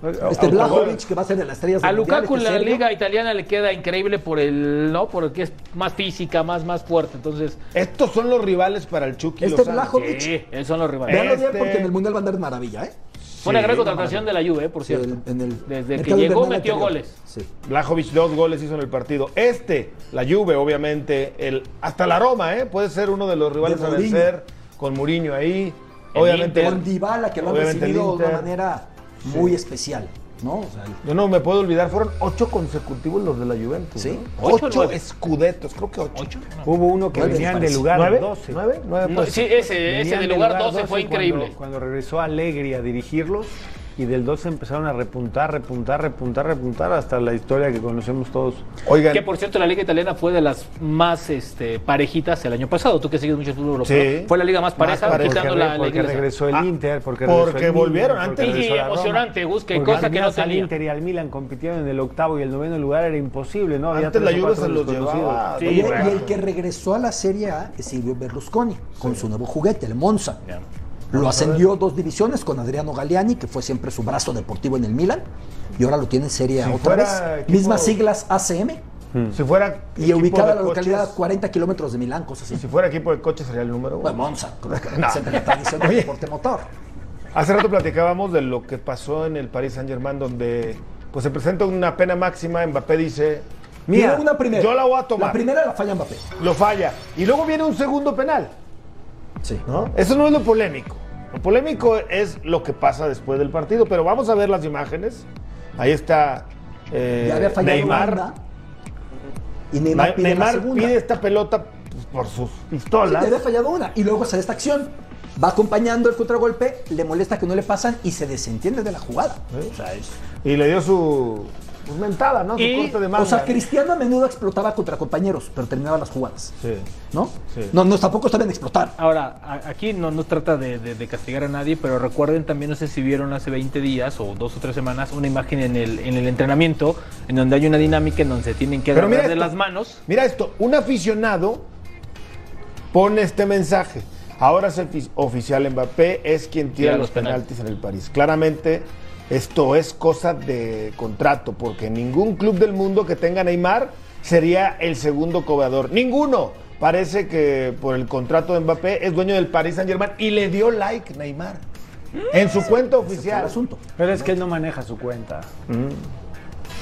Speaker 2: Este
Speaker 4: Autogol.
Speaker 2: Blajovic, que va a ser de las estrellas
Speaker 3: A
Speaker 2: del Mundial,
Speaker 3: Lukaku en
Speaker 2: este
Speaker 3: la
Speaker 2: serbio.
Speaker 3: liga italiana le queda increíble por el, ¿no? Por el que es más física, más, más fuerte. Entonces,
Speaker 1: Estos son los rivales para el Chucky.
Speaker 2: Este
Speaker 1: Lozano.
Speaker 2: Blajovic.
Speaker 3: sí, esos son los rivales.
Speaker 2: Veanlo bien
Speaker 1: Este-
Speaker 2: porque en el Mundial va a andar de maravilla, ¿eh?
Speaker 3: Fue una gran contratación de la Juve, eh, por
Speaker 2: Sí,
Speaker 3: cierto.
Speaker 2: el- en el
Speaker 3: Desde que
Speaker 2: mercado
Speaker 3: llegó
Speaker 2: invernal
Speaker 3: metió
Speaker 2: anterior.
Speaker 3: goles.
Speaker 2: Sí.
Speaker 1: Blajovic dos goles hizo en el partido. Este, la Juve, obviamente, el, hasta la Roma, ¿eh? Puede ser uno de los rivales
Speaker 2: De
Speaker 1: a
Speaker 2: Mourinho.
Speaker 1: vencer, con Muriño ahí.
Speaker 3: El
Speaker 1: obviamente.
Speaker 3: Inter.
Speaker 2: Con Dybala, que lo han
Speaker 1: Obviamente el
Speaker 2: recibido de una
Speaker 1: Inter.
Speaker 2: manera muy especial, ¿no? O sea, el-
Speaker 1: Yo no me puedo olvidar, fueron ocho consecutivos los de la Juventus.
Speaker 2: Sí.
Speaker 1: ¿no?
Speaker 3: Ocho,
Speaker 1: Ocho,
Speaker 3: nueve.
Speaker 1: escudetos, creo que ocho.
Speaker 4: Hubo uno que
Speaker 2: Nueve,
Speaker 4: venían
Speaker 2: me
Speaker 4: de
Speaker 2: parece.
Speaker 4: lugar
Speaker 1: ¿Nueve?
Speaker 4: 12.
Speaker 1: ¿Nueve? Nueve,
Speaker 3: No,
Speaker 1: pues.
Speaker 3: sí, ese, ese
Speaker 4: Venían
Speaker 3: del
Speaker 4: de
Speaker 3: lugar 12 fue
Speaker 4: cuando-
Speaker 3: increíble.
Speaker 4: Cuando regresó Alegri a dirigirlos y del 12 empezaron a repuntar, repuntar, repuntar, repuntar hasta la historia que conocemos todos.
Speaker 1: Oigan,
Speaker 3: Que por cierto, la liga italiana fue de las más este, parejitas el año pasado. Tú que sigues mucho el fútbol europeo.
Speaker 1: Sí.
Speaker 3: Fue la liga más
Speaker 1: Más
Speaker 3: pareja,
Speaker 1: pareja,
Speaker 3: quitando
Speaker 4: Ah, Porque,
Speaker 3: la,
Speaker 4: re-
Speaker 3: la
Speaker 4: porque
Speaker 3: inglesa.
Speaker 4: regresó el
Speaker 1: Ah,
Speaker 4: Inter, porque,
Speaker 1: porque
Speaker 4: regresó el
Speaker 1: volvieron
Speaker 4: Milan,
Speaker 1: antes.
Speaker 4: porque
Speaker 3: Y
Speaker 4: regresó la Roma.
Speaker 3: emocionante, Busca, y
Speaker 4: Porque
Speaker 3: cosa que no
Speaker 4: además al
Speaker 3: tenía.
Speaker 4: Inter y al Milan compitieron en el octavo y el noveno lugar, era imposible, ¿no? Había
Speaker 1: antes la
Speaker 4: tres o
Speaker 1: Juve
Speaker 4: cuatro
Speaker 1: se los
Speaker 4: desconocidos.
Speaker 1: llevaba.
Speaker 3: Sí,
Speaker 1: ¿no?
Speaker 2: Oye,
Speaker 3: bueno.
Speaker 2: Y el que regresó a la Serie A es Silvio Berlusconi, con su nuevo juguete, el Monza.
Speaker 3: Ya.
Speaker 2: Lo ascendió dos divisiones con Adriano Galeani, que fue siempre su brazo deportivo en el Milan, y ahora lo tiene en serie
Speaker 1: Si
Speaker 2: otra
Speaker 1: fuera
Speaker 2: vez.
Speaker 1: equipo-
Speaker 2: Mismas siglas ACM
Speaker 1: Hmm. Si fuera
Speaker 2: y
Speaker 1: equipo
Speaker 2: ubicada
Speaker 1: de
Speaker 2: a la localidad a
Speaker 1: coches,
Speaker 2: 40 kilómetros de Milán, cosas así.
Speaker 1: Si fuera equipo de coches sería el número uno.
Speaker 2: Bueno, Monza, con lo que
Speaker 1: No. (laughs)
Speaker 2: representa la tradición del
Speaker 1: Oye.
Speaker 2: deporte motor.
Speaker 1: Hace rato platicábamos de lo que pasó en el Paris Saint Germain, donde pues se presenta una pena máxima, Mbappé dice,
Speaker 2: Mira,
Speaker 1: mira,
Speaker 2: una primera.
Speaker 1: yo la voy a tomar.
Speaker 2: La primera la falla Mbappé.
Speaker 1: Lo falla. Y luego viene un segundo penal.
Speaker 2: Sí.
Speaker 1: ¿no? Eso no es lo polémico. Lo polémico es lo que pasa después del partido, pero vamos a ver las imágenes. Ahí está eh,
Speaker 2: Ya había fallado
Speaker 1: Neymar.
Speaker 2: Holanda, y
Speaker 1: Ma-
Speaker 2: Neymar
Speaker 1: Neymar pide,
Speaker 2: pide la segunda.
Speaker 1: esta (laughs) pelota pues, por sus
Speaker 2: Sí,
Speaker 1: pistolas.
Speaker 2: le había fallado una. Y luego se da esta acción. Va acompañando el contragolpe, le molesta que no le pasan y se desentiende de la jugada. O sea, es-
Speaker 1: ¿Eh? y le dio su pues, mentada, ¿no? Su
Speaker 3: Y-
Speaker 1: corte de manga.
Speaker 2: o sea, Cristiano a menudo explotaba contra compañeros, pero terminaba las jugadas.
Speaker 1: Sí.
Speaker 2: ¿No?
Speaker 1: Sí.
Speaker 2: No, no, tampoco está bien explotar.
Speaker 3: Ahora, a- aquí no, no trata de, de- de castigar a nadie, pero recuerden también, no sé si vieron hace 20 días o dos o tres semanas, una imagen en el, en el entrenamiento en donde hay una dinámica en donde se tienen que
Speaker 1: Pero mira
Speaker 3: agarrar de
Speaker 1: esto.
Speaker 3: las manos.
Speaker 1: Mira esto, un aficionado pone este mensaje. Ahora es ofi- oficial Mbappé, es quien
Speaker 3: Tira
Speaker 1: tira los
Speaker 3: los penales.
Speaker 1: penaltis en el París. Claramente, esto es cosa de contrato, porque ningún club del mundo que tenga Neymar sería el segundo cobrador. Ninguno. Parece que por el contrato de Mbappé es dueño del París Saint Germain y le dio like Neymar en su cuenta
Speaker 2: Ese Mm. fue el
Speaker 1: oficial.
Speaker 2: asunto.
Speaker 4: Pero es que él no maneja su cuenta.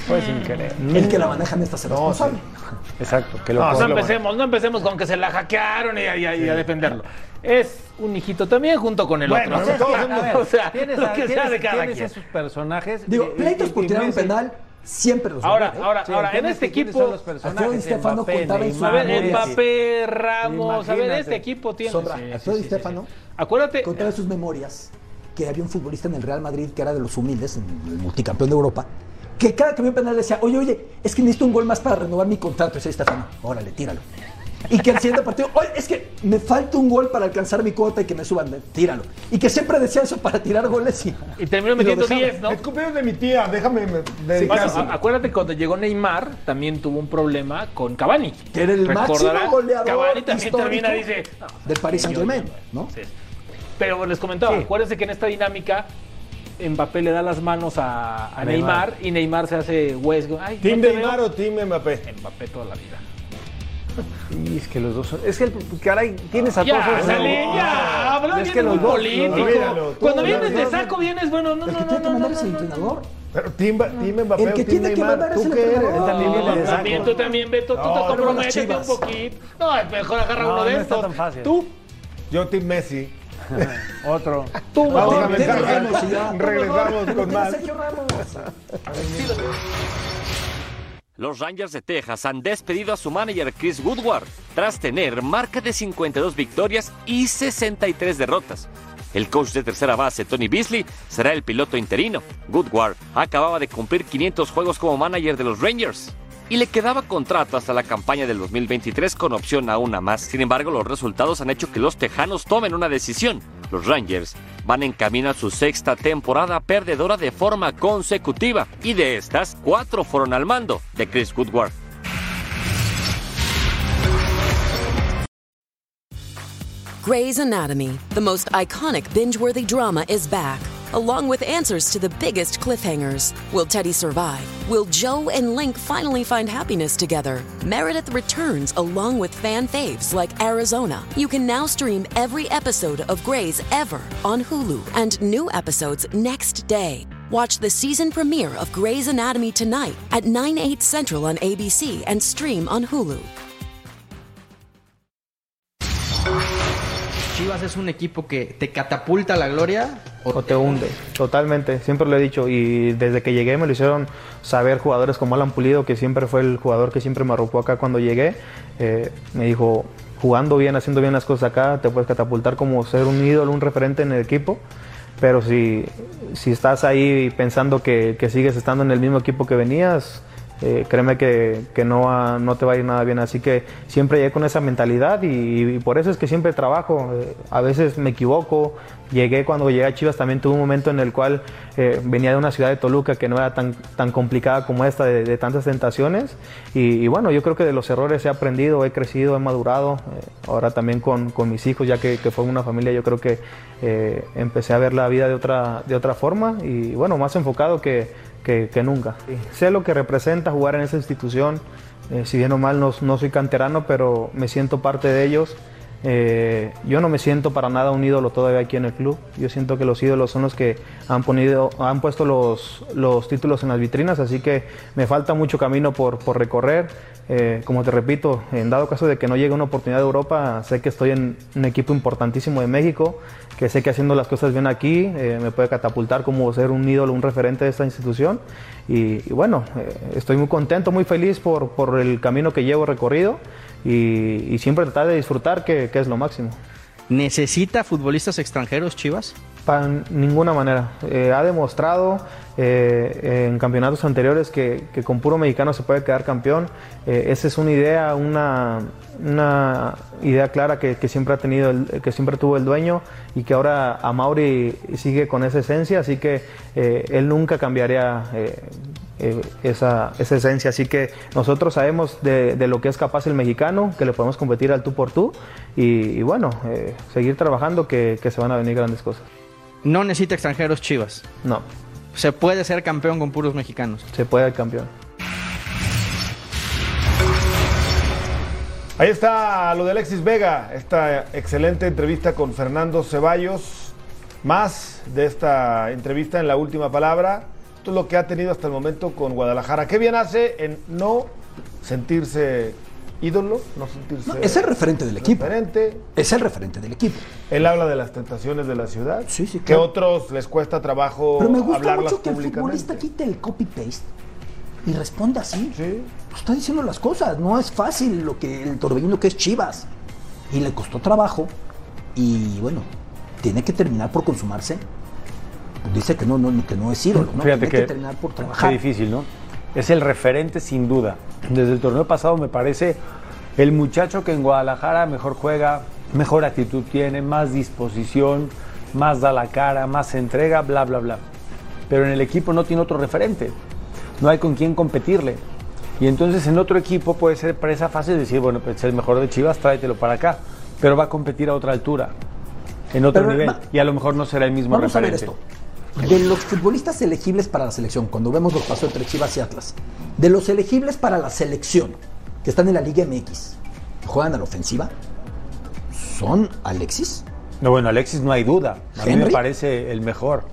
Speaker 4: Fue sin querer.
Speaker 2: El que la maneja en esta se
Speaker 1: No, sí.
Speaker 2: responsable.
Speaker 4: Exacto, que lo
Speaker 1: No,
Speaker 4: corra.
Speaker 1: sí
Speaker 3: No
Speaker 1: lo
Speaker 3: empecemos, no empecemos con que se la hackearon y, y- y a defenderlo. Es un hijito también junto con el
Speaker 1: Bueno,
Speaker 3: otro. (laughs)
Speaker 1: pero todos
Speaker 4: A (laughs) ver,
Speaker 3: o sea,
Speaker 4: tienes,
Speaker 3: lo
Speaker 4: a-
Speaker 3: que sea
Speaker 4: tienes-
Speaker 3: de cada
Speaker 4: tienes
Speaker 3: quien.
Speaker 4: esos personajes.
Speaker 2: Digo,
Speaker 4: y-
Speaker 2: pleitos
Speaker 4: y-
Speaker 2: por
Speaker 4: y
Speaker 2: tirar un
Speaker 4: Messi.
Speaker 2: penal siempre los
Speaker 3: Ahora,
Speaker 2: hubo, ¿eh?
Speaker 3: ahora,
Speaker 4: Sí,
Speaker 3: ahora, en
Speaker 4: tienes
Speaker 3: este
Speaker 4: que quién
Speaker 3: equipo.
Speaker 4: son los
Speaker 2: Alfredo Di
Speaker 4: personajes.
Speaker 2: Stefano
Speaker 4: Mbappé,
Speaker 2: contaba en su-
Speaker 3: A
Speaker 4: Neymar,
Speaker 3: ver,
Speaker 4: Messi.
Speaker 3: Mbappé, Ramos, a ver,
Speaker 4: Imagínate.
Speaker 3: este equipo tiene.
Speaker 2: Sombra,
Speaker 3: Sí, sí, sí,
Speaker 2: Alfredo Di
Speaker 3: sí, sí.
Speaker 2: Stefano.
Speaker 3: Acuérdate.
Speaker 2: contaba en sus memorias que había un futbolista en el Real Madrid que era de los humildes, el multicampeón de Europa, que cada que había un penal le decía, oye, oye, es que necesito un gol más para renovar mi contrato. Y decía, Estefano, órale, tíralo. Y que al siguiente partido, oye, es que me falta un gol para alcanzar mi cuota y que me suban, tíralo. Y que siempre decía eso para tirar goles y...
Speaker 3: Y terminó
Speaker 2: lo
Speaker 3: metiendo
Speaker 2: dejaba.
Speaker 3: 10, ¿no?
Speaker 1: Es cumpleaños de mi tía, déjame me-
Speaker 3: Bueno,
Speaker 1: dedicarse.
Speaker 3: a- acuérdate cuando llegó Neymar también tuvo un problema con Cavani.
Speaker 2: Que era el
Speaker 3: Recordarás,
Speaker 2: máximo goleador
Speaker 3: Cavani también
Speaker 2: histórico
Speaker 3: termina dice "No,
Speaker 2: del Paris
Speaker 3: yo-
Speaker 2: Saint-Germain",
Speaker 3: yo-
Speaker 2: ¿no?
Speaker 3: sí. Pero les comentaba, acuérdense que en esta dinámica Mbappé le da las manos a, a Neymar. y Neymar se hace huesgo. Ay,
Speaker 1: ¿Team
Speaker 3: no te
Speaker 1: Neymar
Speaker 3: veo.
Speaker 1: o Team Mbappé?
Speaker 3: Mbappé toda la vida.
Speaker 4: Y es que los dos son- Es que, el, caray, tienes a
Speaker 3: Ya,
Speaker 4: todos.
Speaker 3: sale, ya, habla
Speaker 4: Es
Speaker 3: bien
Speaker 4: que los dos.
Speaker 3: político.
Speaker 4: los dos-
Speaker 1: Olvídalo, tú,
Speaker 3: Cuando
Speaker 1: olvídalo.
Speaker 3: vienes de saco, vienes, bueno, no,
Speaker 2: El
Speaker 3: no,
Speaker 2: que
Speaker 3: no,
Speaker 2: tiene que
Speaker 3: no, no,
Speaker 2: mandar es el
Speaker 3: no, no.
Speaker 2: entrenador.
Speaker 1: Pero Team, Ba- Team Mbappé
Speaker 2: El
Speaker 1: o
Speaker 2: que
Speaker 1: Team
Speaker 2: tiene que
Speaker 1: Neymar,
Speaker 2: mandar es
Speaker 1: ¿tú
Speaker 2: el
Speaker 1: qué eres?
Speaker 2: entrenador.
Speaker 4: también viene de
Speaker 3: No, también,
Speaker 4: saco.
Speaker 3: tú también, Beto, tú
Speaker 1: No,
Speaker 3: te
Speaker 1: no, no,
Speaker 3: comprométete un
Speaker 2: Chivas.
Speaker 3: poquito. No, mejor agarra
Speaker 4: No,
Speaker 3: uno de
Speaker 4: no está
Speaker 3: estos.
Speaker 4: tan fácil.
Speaker 3: Tú,
Speaker 1: Yo Team Messi.
Speaker 4: Otro.
Speaker 3: tú,
Speaker 1: Vamos
Speaker 3: tú.
Speaker 1: a
Speaker 2: Tiene
Speaker 1: mensajes,
Speaker 2: Ramos y ya.
Speaker 1: regresamos con más.
Speaker 2: Sergio Ramos.
Speaker 7: Los Rangers de Texas han despedido a su manager Chris Woodward tras tener marca de 52 victorias y 63 derrotas. El coach de tercera base, Tony Beasley, será el piloto interino. Woodward acababa de cumplir 500 juegos como manager de los Rangers y le quedaba contrato hasta la campaña del 2023 con opción a una más. Sin embargo, los resultados han hecho que los Tejanos tomen una decisión. Los Rangers van en camino a su sexta temporada perdedora de forma consecutiva y de estas, cuatro fueron al mando de Chris Woodward.
Speaker 9: Grey's Anatomy, the most iconic binge worthy drama, is back, along with answers to the biggest cliffhangers. Will Teddy survive? Will Joe and Link finally find happiness together? Meredith returns along with fan faves like Arizona. You can now stream every episode of Grey's ever on Hulu and new episodes next day. Watch the season premiere of Grey's Anatomy tonight at 9, 8 central on ABC and stream on Hulu.
Speaker 10: Chivas es un equipo que te catapulta a la gloria o te hunde.
Speaker 4: Totalmente, siempre lo he dicho y desde que llegué me lo hicieron saber jugadores como Alan Pulido, que siempre fue el jugador que siempre me arropó acá cuando llegué. Eh, me dijo, jugando bien, haciendo bien las cosas acá, te puedes catapultar como ser un ídolo, un referente en el equipo. Pero si, si estás ahí pensando que, que sigues estando en el mismo equipo que venías,
Speaker 11: eh, créeme que, que no, ah, no te va a ir nada bien. Así que siempre llegué con esa mentalidad y, y por eso es que siempre trabajo. Eh, a veces me equivoco. Llegué cuando llegué a Chivas también tuve un momento en el cual eh, venía de una ciudad de Toluca que no era tan, tan complicada como esta, de, de tantas tentaciones. Y, y bueno, yo creo que de los errores he aprendido, he crecido, he madurado. Eh, ahora también con, con mis hijos, ya que, que fue una familia, yo creo que eh, empecé a ver la vida de otra, de otra forma y bueno, más enfocado que, que, que nunca. Sí. Sé lo que representa jugar en esa institución. eh, si bien o mal no, no soy canterano, pero me siento parte de ellos. Eh, yo no me siento para nada un ídolo todavía aquí en el club. Yo siento que los ídolos son los que han, ponido, han puesto los, los títulos en las vitrinas, así que me falta mucho camino por, por recorrer. Eh, como te repito, en dado caso de que no llegue una oportunidad de Europa, sé que estoy en un equipo importantísimo de México, que sé que haciendo las cosas bien aquí eh, me puede catapultar como ser un ídolo, un referente de esta institución. Y, y bueno, eh, estoy muy contento, muy feliz por, por el camino que llevo recorrido y, y siempre tratar de disfrutar, que, que es lo máximo.
Speaker 10: ¿Necesita futbolistas extranjeros Chivas?
Speaker 11: Para ninguna manera. Eh, ha demostrado eh, en campeonatos anteriores que, que con puro mexicano se puede quedar campeón. Eh, esa es una idea, una, una idea clara que, que siempre ha tenido, el- que siempre tuvo el dueño y que ahora a Mauri sigue con esa esencia, así que eh, él nunca cambiaría. eh, eh, esa, esa esencia. Así que nosotros sabemos de, de lo que es capaz el mexicano, que le podemos competir al tú por tú y, y bueno, eh, seguir trabajando que, que se van a venir grandes cosas.
Speaker 10: No necesita extranjeros Chivas.
Speaker 11: No,
Speaker 10: Se puede ser campeón con puros mexicanos.
Speaker 11: se puede el campeón.
Speaker 1: Ahí está lo de Alexis Vega, esta excelente entrevista con Fernando Ceballos. Más de esta entrevista en la última palabra. Esto es lo que ha tenido hasta el momento con Guadalajara. Qué bien hace en no sentirse ídolo, no sentirse.
Speaker 2: No, es el referente del equipo.
Speaker 1: Referente.
Speaker 2: Es el referente del equipo.
Speaker 1: Él habla de las tentaciones de la ciudad. Sí, sí, Que
Speaker 2: claro.
Speaker 1: otros les cuesta trabajo
Speaker 2: Pero me gusta
Speaker 1: hablarlas
Speaker 2: mucho que el
Speaker 1: públicamente.
Speaker 2: futbolista quite el copy-paste y responda así. Pues Está diciendo las cosas. No es fácil lo que el torbellino que es Chivas. Y le costó trabajo. Y bueno, tiene que terminar por consumarse. Dice que no, no, que no es ídolo. ¿no?
Speaker 4: Fíjate
Speaker 2: tiene
Speaker 4: que,
Speaker 2: que, terminar por trabajar.
Speaker 4: Qué difícil, ¿no? Es el referente sin duda. Desde el torneo pasado me parece el muchacho que en Guadalajara mejor juega, mejor actitud tiene, más disposición, más da la cara, más entrega, bla, bla, bla. Pero en el equipo no tiene otro referente. No hay con quién competirle. Y entonces en otro equipo puede ser presa fácil decir, bueno, pues el mejor de Chivas, tráetelo para acá. Pero va a competir a otra altura, en otro
Speaker 2: Pero,
Speaker 4: nivel.
Speaker 2: va-
Speaker 4: Y a lo mejor no será el mismo
Speaker 2: Vamos a ver
Speaker 4: referente.
Speaker 2: esto. De los futbolistas elegibles para la selección, cuando vemos los pasos entre Chivas y Atlas, de los elegibles para la selección, que están en la Liga MX, que juegan a la ofensiva, son Alexis.
Speaker 4: No, bueno, Alexis no hay duda. A mí me
Speaker 2: Henry.
Speaker 4: parece el mejor.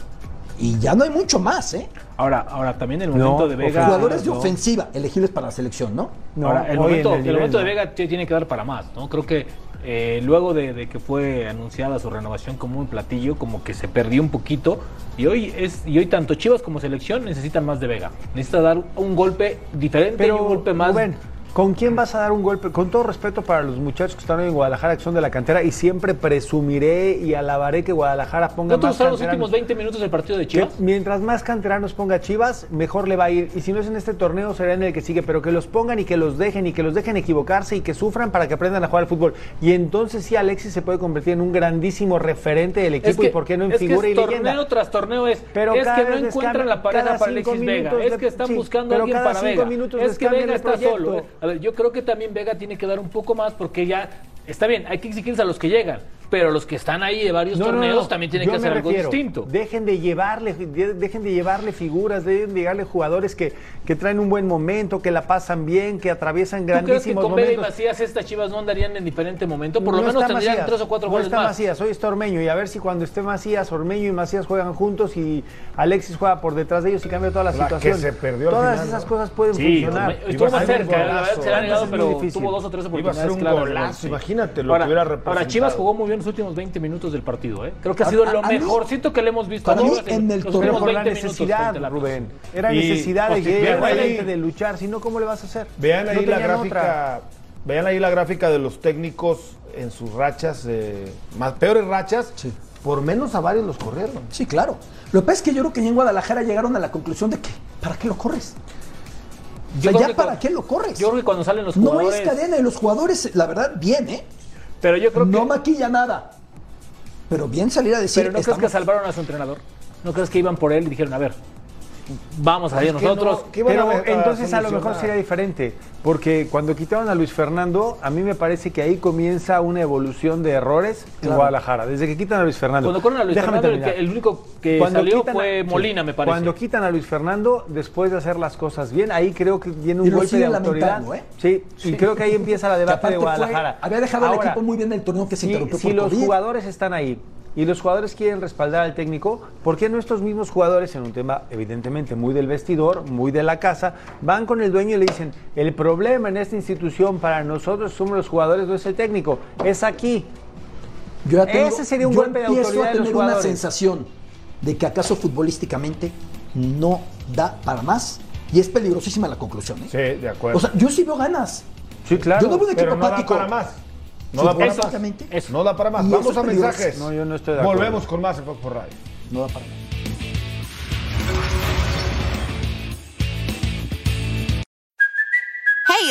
Speaker 2: Y ya no hay mucho más, ¿eh?
Speaker 3: Ahora, ahora también el momento de Vega.
Speaker 2: Jugadores de
Speaker 3: no.
Speaker 2: ofensiva elegibles para la selección, ¿no?
Speaker 3: Ahora, el momento, el momento de Vega t- tiene que dar para más, ¿no? Creo que eh, luego de, de que fue anunciada su renovación como un platillo, como que se perdió un poquito. Y hoy es, y hoy tanto Chivas como selección necesitan más de Vega. Necesita dar un golpe diferente y un golpe más.
Speaker 4: Rubén, ¿con quién vas a dar un golpe? Con todo respeto para los muchachos que están hoy en Guadalajara, que son de la cantera, y siempre presumiré y alabaré que Guadalajara ponga
Speaker 3: ¿No te
Speaker 4: más
Speaker 3: gustaron los
Speaker 4: canteranos.
Speaker 3: últimos 20 minutos del partido de
Speaker 4: Que
Speaker 3: Chivas?
Speaker 4: mientras más canteranos ponga Chivas, mejor le va a ir. Y si no es en este torneo, será en el que sigue. Pero que los pongan y que los dejen y que los dejen equivocarse y que sufran para que aprendan a jugar al fútbol. Y entonces sí, Alexis se puede convertir en un grandísimo referente del equipo. ¿Y por qué no en
Speaker 3: es que
Speaker 4: figura
Speaker 3: es
Speaker 4: y
Speaker 3: torneo
Speaker 4: leyenda?
Speaker 3: tras torneo es,
Speaker 4: Pero
Speaker 3: es
Speaker 4: cada
Speaker 3: que no
Speaker 4: vez les
Speaker 3: encuentran
Speaker 4: cambia-
Speaker 3: la pareja
Speaker 4: cada
Speaker 3: para
Speaker 4: cinco
Speaker 3: Alexis Vega,
Speaker 4: minutos
Speaker 3: es
Speaker 4: le-
Speaker 3: que están
Speaker 4: sí,
Speaker 3: buscando a
Speaker 4: pero
Speaker 3: alguien
Speaker 4: cada
Speaker 3: para
Speaker 4: cinco
Speaker 3: Vega,
Speaker 4: minutos
Speaker 3: es
Speaker 4: les
Speaker 3: que
Speaker 4: cambian
Speaker 3: Vega
Speaker 4: el
Speaker 3: está
Speaker 4: proyecto.
Speaker 3: solo. A ver, yo creo que también Vega tiene que dar un poco más porque ya está bien, hay que exigirse a los que llegan, pero los que están ahí de varios
Speaker 4: No, no,
Speaker 3: torneos
Speaker 4: no.
Speaker 3: también tienen
Speaker 4: Yo
Speaker 3: que
Speaker 4: me
Speaker 3: hacer algo
Speaker 4: refiero,
Speaker 3: distinto.
Speaker 4: Dejen de llevarle, de- dejen de llevarle figuras, dejen de llevarle jugadores que, que traen un buen momento, que la pasan bien, que atraviesan
Speaker 3: ¿Tú crees que
Speaker 4: grandísimos
Speaker 3: con Vega y
Speaker 4: momentos.
Speaker 3: Macías estas Chivas no andarían en diferente momento? Por lo
Speaker 4: No
Speaker 3: menos
Speaker 4: está
Speaker 3: tendrían
Speaker 4: Macías,
Speaker 3: tres o cuatro
Speaker 4: no
Speaker 3: goles
Speaker 4: está
Speaker 3: más.
Speaker 4: Macías, hoy está Ormeño y a ver si cuando esté Macías, Ormeño y Macías juegan juntos y Alexis juega por detrás de ellos y cambia toda la,
Speaker 1: La que
Speaker 4: situación.
Speaker 1: se perdió al
Speaker 4: Todas
Speaker 1: final,
Speaker 4: esas
Speaker 1: ¿no?
Speaker 4: cosas pueden
Speaker 1: Sí,
Speaker 4: funcionar.
Speaker 1: Ormeño- estuvo
Speaker 4: Iba a
Speaker 3: más
Speaker 4: ser un
Speaker 3: cerca, la
Speaker 4: golazo.
Speaker 3: verdad, se le ha negado,
Speaker 4: Antes es
Speaker 3: pero
Speaker 4: muy difícil.
Speaker 3: tuvo dos o tres
Speaker 1: Iba a
Speaker 3: oportunidades.
Speaker 1: ser un
Speaker 3: claras de gol,
Speaker 1: golazo,
Speaker 3: sí.
Speaker 1: imagínate lo
Speaker 3: ahora,
Speaker 1: que hubiera
Speaker 3: Ahora
Speaker 1: representado.
Speaker 3: Chivas jugó muy bien los últimos 20 minutos del partido, ¿eh? Creo que ha
Speaker 4: A-
Speaker 3: sido
Speaker 4: a-
Speaker 3: lo
Speaker 4: a mí-
Speaker 3: mejorcito que le hemos visto. a
Speaker 4: Para mí,
Speaker 3: Chivas
Speaker 4: en el
Speaker 3: los
Speaker 4: torneo-
Speaker 3: últimos
Speaker 4: por la
Speaker 3: 20 minutos
Speaker 4: necesidad,
Speaker 3: frente a la Cruz.
Speaker 4: Rubén. Era necesidad de que era gente de luchar, si no, ¿cómo le vas a hacer?
Speaker 1: Vean
Speaker 4: No
Speaker 1: ahí la
Speaker 4: tenían
Speaker 1: gráfica.
Speaker 4: otra.
Speaker 1: Vean ahí la gráfica de los técnicos en sus rachas, eh, más peores rachas. Por menos a varios los corrieron.
Speaker 2: Sí, claro. Lo que pasa es que yo creo que ya en Guadalajara llegaron a la conclusión de que, ¿para qué lo corres? O sea,
Speaker 3: creo
Speaker 2: ya
Speaker 3: que
Speaker 2: para
Speaker 3: con-
Speaker 2: qué lo corres.
Speaker 3: Yo creo que cuando salen los
Speaker 2: No
Speaker 3: jugadores.
Speaker 2: es cadena y los jugadores, la verdad, bien, ¿eh?
Speaker 3: Pero yo creo
Speaker 2: no maquilla nada. Pero bien salir a decir.
Speaker 3: Pero no crees que salvaron a su entrenador. No crees que iban por él y dijeron, a ver, vamos a ir nosotros.
Speaker 4: Pero
Speaker 3: ah,
Speaker 4: entonces a lo mejor sería diferente, porque cuando quitaron a Luis Fernando, a mí me parece que ahí comienza una evolución de errores en
Speaker 3: Claro.
Speaker 4: Guadalajara, desde que quitan a Luis Fernando.
Speaker 3: Cuando corren a Luis
Speaker 4: Déjame
Speaker 3: Fernando, el,
Speaker 4: terminar.
Speaker 3: que- el único que
Speaker 4: Cuando
Speaker 3: salió
Speaker 4: quitan a-
Speaker 3: fue
Speaker 4: sí.
Speaker 3: Molina, me parece.
Speaker 4: Cuando quitan a Luis Fernando, después de hacer las cosas bien, ahí creo que viene un
Speaker 2: Y lo
Speaker 4: golpe de
Speaker 2: siguen
Speaker 4: autoridad.
Speaker 2: lamentando, ¿eh?
Speaker 4: Sí, y creo que ahí empieza la
Speaker 2: Que
Speaker 4: debate de
Speaker 2: aparte fue-
Speaker 4: Guadalajara.
Speaker 2: había dejado el
Speaker 4: Ahora,
Speaker 2: equipo muy bien el torneo que
Speaker 4: si,
Speaker 2: se interrumpió
Speaker 4: si
Speaker 2: por
Speaker 4: los
Speaker 2: COVID.
Speaker 4: jugadores están ahí y los jugadores quieren respaldar al técnico, ¿por qué nuestros mismos jugadores, en un tema evidentemente muy del vestidor, muy de la casa, van con el dueño y le dicen, el problema en esta institución para nosotros somos los jugadores, no es el técnico, es aquí?
Speaker 2: Yo ya tengo-
Speaker 4: Ese sería un
Speaker 2: yo
Speaker 4: golpe de
Speaker 2: empiezo
Speaker 4: autoridad
Speaker 2: a
Speaker 4: de los
Speaker 2: tener una
Speaker 4: jugadores.
Speaker 2: sensación de que acaso futbolísticamente no da para más y es peligrosísima la conclusión. ¿eh?
Speaker 1: Sí, de acuerdo.
Speaker 2: O sea, yo sí veo ganas.
Speaker 4: Sí, claro.
Speaker 2: Yo no veo un equipo
Speaker 1: pero no da
Speaker 2: apático.
Speaker 1: para más. No da para más.
Speaker 2: Futbolísticamente,
Speaker 1: No da para más.
Speaker 2: Y
Speaker 1: Vamos
Speaker 2: eso
Speaker 1: a
Speaker 2: es peligroso.
Speaker 1: mensajes.
Speaker 2: No, yo no estoy de acuerdo.
Speaker 1: Volvemos con más en Fox por Radio.
Speaker 2: No da para más.
Speaker 12: Hey,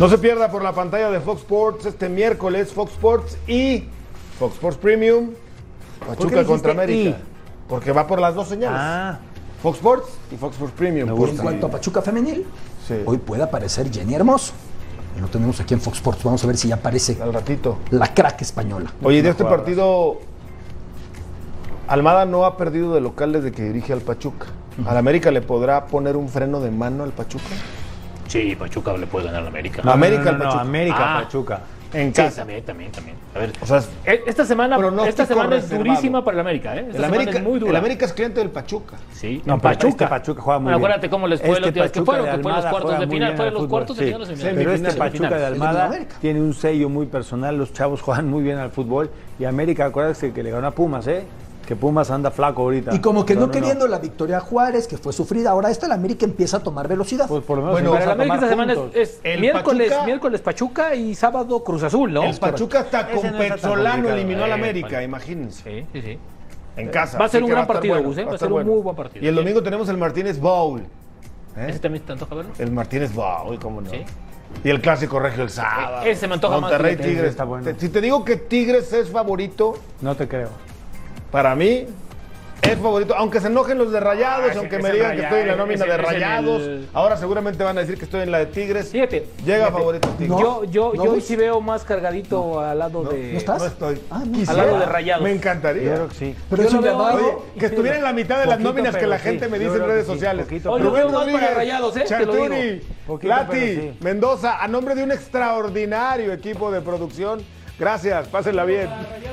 Speaker 1: No se pierda por la pantalla de Fox Sports este miércoles Fox Sports y Fox Sports Premium
Speaker 4: ¿Por qué
Speaker 1: Pachuca
Speaker 4: dijiste
Speaker 1: contra América. Ah.
Speaker 4: y?
Speaker 1: Porque va por las dos señales. Fox Sports y Fox Sports Premium.
Speaker 2: Y
Speaker 1: Por
Speaker 2: en
Speaker 1: sí.
Speaker 2: cuanto a Pachuca Femenil,
Speaker 1: Sí.
Speaker 2: hoy puede aparecer Jenny Hermoso. Lo tenemos aquí en Fox Sports. Vamos a ver si ya aparece. Al
Speaker 1: ratito.
Speaker 2: La crack española.
Speaker 1: Oye, de este partido, Almada no ha perdido de local desde que dirige al Pachuca. ¿Al América le podrá poner un freno de mano al Pachuca?
Speaker 3: Sí, Pachuca le puede ganar a la América.
Speaker 1: No, América al Pachuca.
Speaker 3: Ah,
Speaker 1: En
Speaker 3: sí,
Speaker 1: casa.
Speaker 3: también, también, también. A ver,
Speaker 1: o sea,
Speaker 3: e- esta semana,
Speaker 1: pronóstico
Speaker 3: esta semana es
Speaker 1: reservado.
Speaker 3: durísima para el América, ¿eh? Esta
Speaker 1: el,
Speaker 3: semana
Speaker 1: América,
Speaker 3: es muy dura.
Speaker 1: el América es cliente del Pachuca.
Speaker 3: Sí,
Speaker 4: No,
Speaker 3: en
Speaker 4: pero este
Speaker 3: Pachuca.
Speaker 4: Pachuca juega muy
Speaker 3: Bueno,
Speaker 4: bien.
Speaker 3: acuérdate cómo les fue la última vez que
Speaker 4: Pachuca
Speaker 3: fueron,
Speaker 4: de
Speaker 3: que fue en los
Speaker 4: Almada
Speaker 3: cuartos
Speaker 4: juega
Speaker 3: de
Speaker 4: muy
Speaker 3: final,
Speaker 4: bien
Speaker 3: fue en
Speaker 4: al
Speaker 3: los
Speaker 4: fútbol,
Speaker 3: cuartos de
Speaker 4: sí.
Speaker 3: final, los semifinales.
Speaker 4: Pero este
Speaker 3: Semifinales.
Speaker 4: Pachuca de Almada tiene un sello muy personal, los chavos juegan muy bien al fútbol y América, acuérdate que le ganó a Pumas, ¿eh? Que Pumas anda flaco ahorita.
Speaker 2: Y como que no, queriendo la victoria a Juárez, que fue sufrida, ahora esta la América empieza a tomar velocidad. Pues
Speaker 4: por lo
Speaker 3: Bueno, para el América esta semana es, es
Speaker 2: El
Speaker 3: miércoles,
Speaker 2: Pachuca-
Speaker 3: miércoles Pachuca y sábado Cruz Azul, ¿no?
Speaker 1: El Pachuca hasta
Speaker 3: Ese no
Speaker 1: con
Speaker 3: está tan
Speaker 1: Petzolano
Speaker 3: complicado.
Speaker 1: eliminó al
Speaker 3: Eh,
Speaker 1: América,
Speaker 3: vale.
Speaker 1: imagínense.
Speaker 3: Sí, sí, sí.
Speaker 1: En casa.
Speaker 3: Va a ser
Speaker 1: así
Speaker 3: un
Speaker 1: que
Speaker 3: gran
Speaker 1: estar
Speaker 3: partido,
Speaker 1: bueno,
Speaker 3: Gus, ¿eh? Va a
Speaker 1: estar
Speaker 3: ser un
Speaker 1: bueno.
Speaker 3: muy buen partido.
Speaker 1: Y el domingo tenemos el Martínez Bowl. ¿eh?
Speaker 3: Ese también te antoja verlo.
Speaker 1: El Martínez Bowl, cómo no. Y el clásico regio el sábado.
Speaker 3: Ese se me antoja más,
Speaker 1: Monterrey
Speaker 3: fíjate.
Speaker 1: Tigres.
Speaker 3: Ese está bueno.
Speaker 1: Te- Si te digo que Tigres es favorito,
Speaker 4: No te creo.
Speaker 1: para mí es favorito. Aunque se enojen los de Rayados,
Speaker 3: Ah, ese-
Speaker 1: aunque
Speaker 3: ese
Speaker 1: me digan que
Speaker 3: Raya-
Speaker 1: estoy en la nómina
Speaker 3: ese-
Speaker 1: de
Speaker 3: ese en
Speaker 1: Rayados,
Speaker 3: el-
Speaker 1: ahora seguramente van a decir que estoy en la de Tigres.
Speaker 3: Fíjate.
Speaker 1: Llega favorito Tigres.
Speaker 3: yo yo,
Speaker 1: ¿No
Speaker 3: yo
Speaker 1: ves?
Speaker 3: sí veo más cargadito al lado de.
Speaker 1: ¿No estás? No estoy.
Speaker 3: al
Speaker 1: Quisiera.
Speaker 3: lado de rayados.
Speaker 1: Me encantaría.
Speaker 3: Ah, Yo creo que sí.
Speaker 1: Pero
Speaker 3: Yo
Speaker 1: yo
Speaker 3: lo veo
Speaker 1: veo-
Speaker 3: algo-
Speaker 1: Oye, que estuviera en la mitad de las
Speaker 3: Poquito,
Speaker 1: nóminas que
Speaker 3: pero
Speaker 1: la
Speaker 3: sí.
Speaker 1: gente
Speaker 3: Yo
Speaker 1: me dice en
Speaker 3: creo que
Speaker 1: redes
Speaker 3: sí,
Speaker 1: sociales.
Speaker 3: poquito, Hoy lo pero- veo más para Rayados, ¿eh? Te lo digo.
Speaker 1: Charturi,
Speaker 3: Poquito,
Speaker 1: Lati,
Speaker 3: pero sí.
Speaker 1: Mendoza, a nombre de un extraordinario equipo de producción. Gracias, pásenla bien.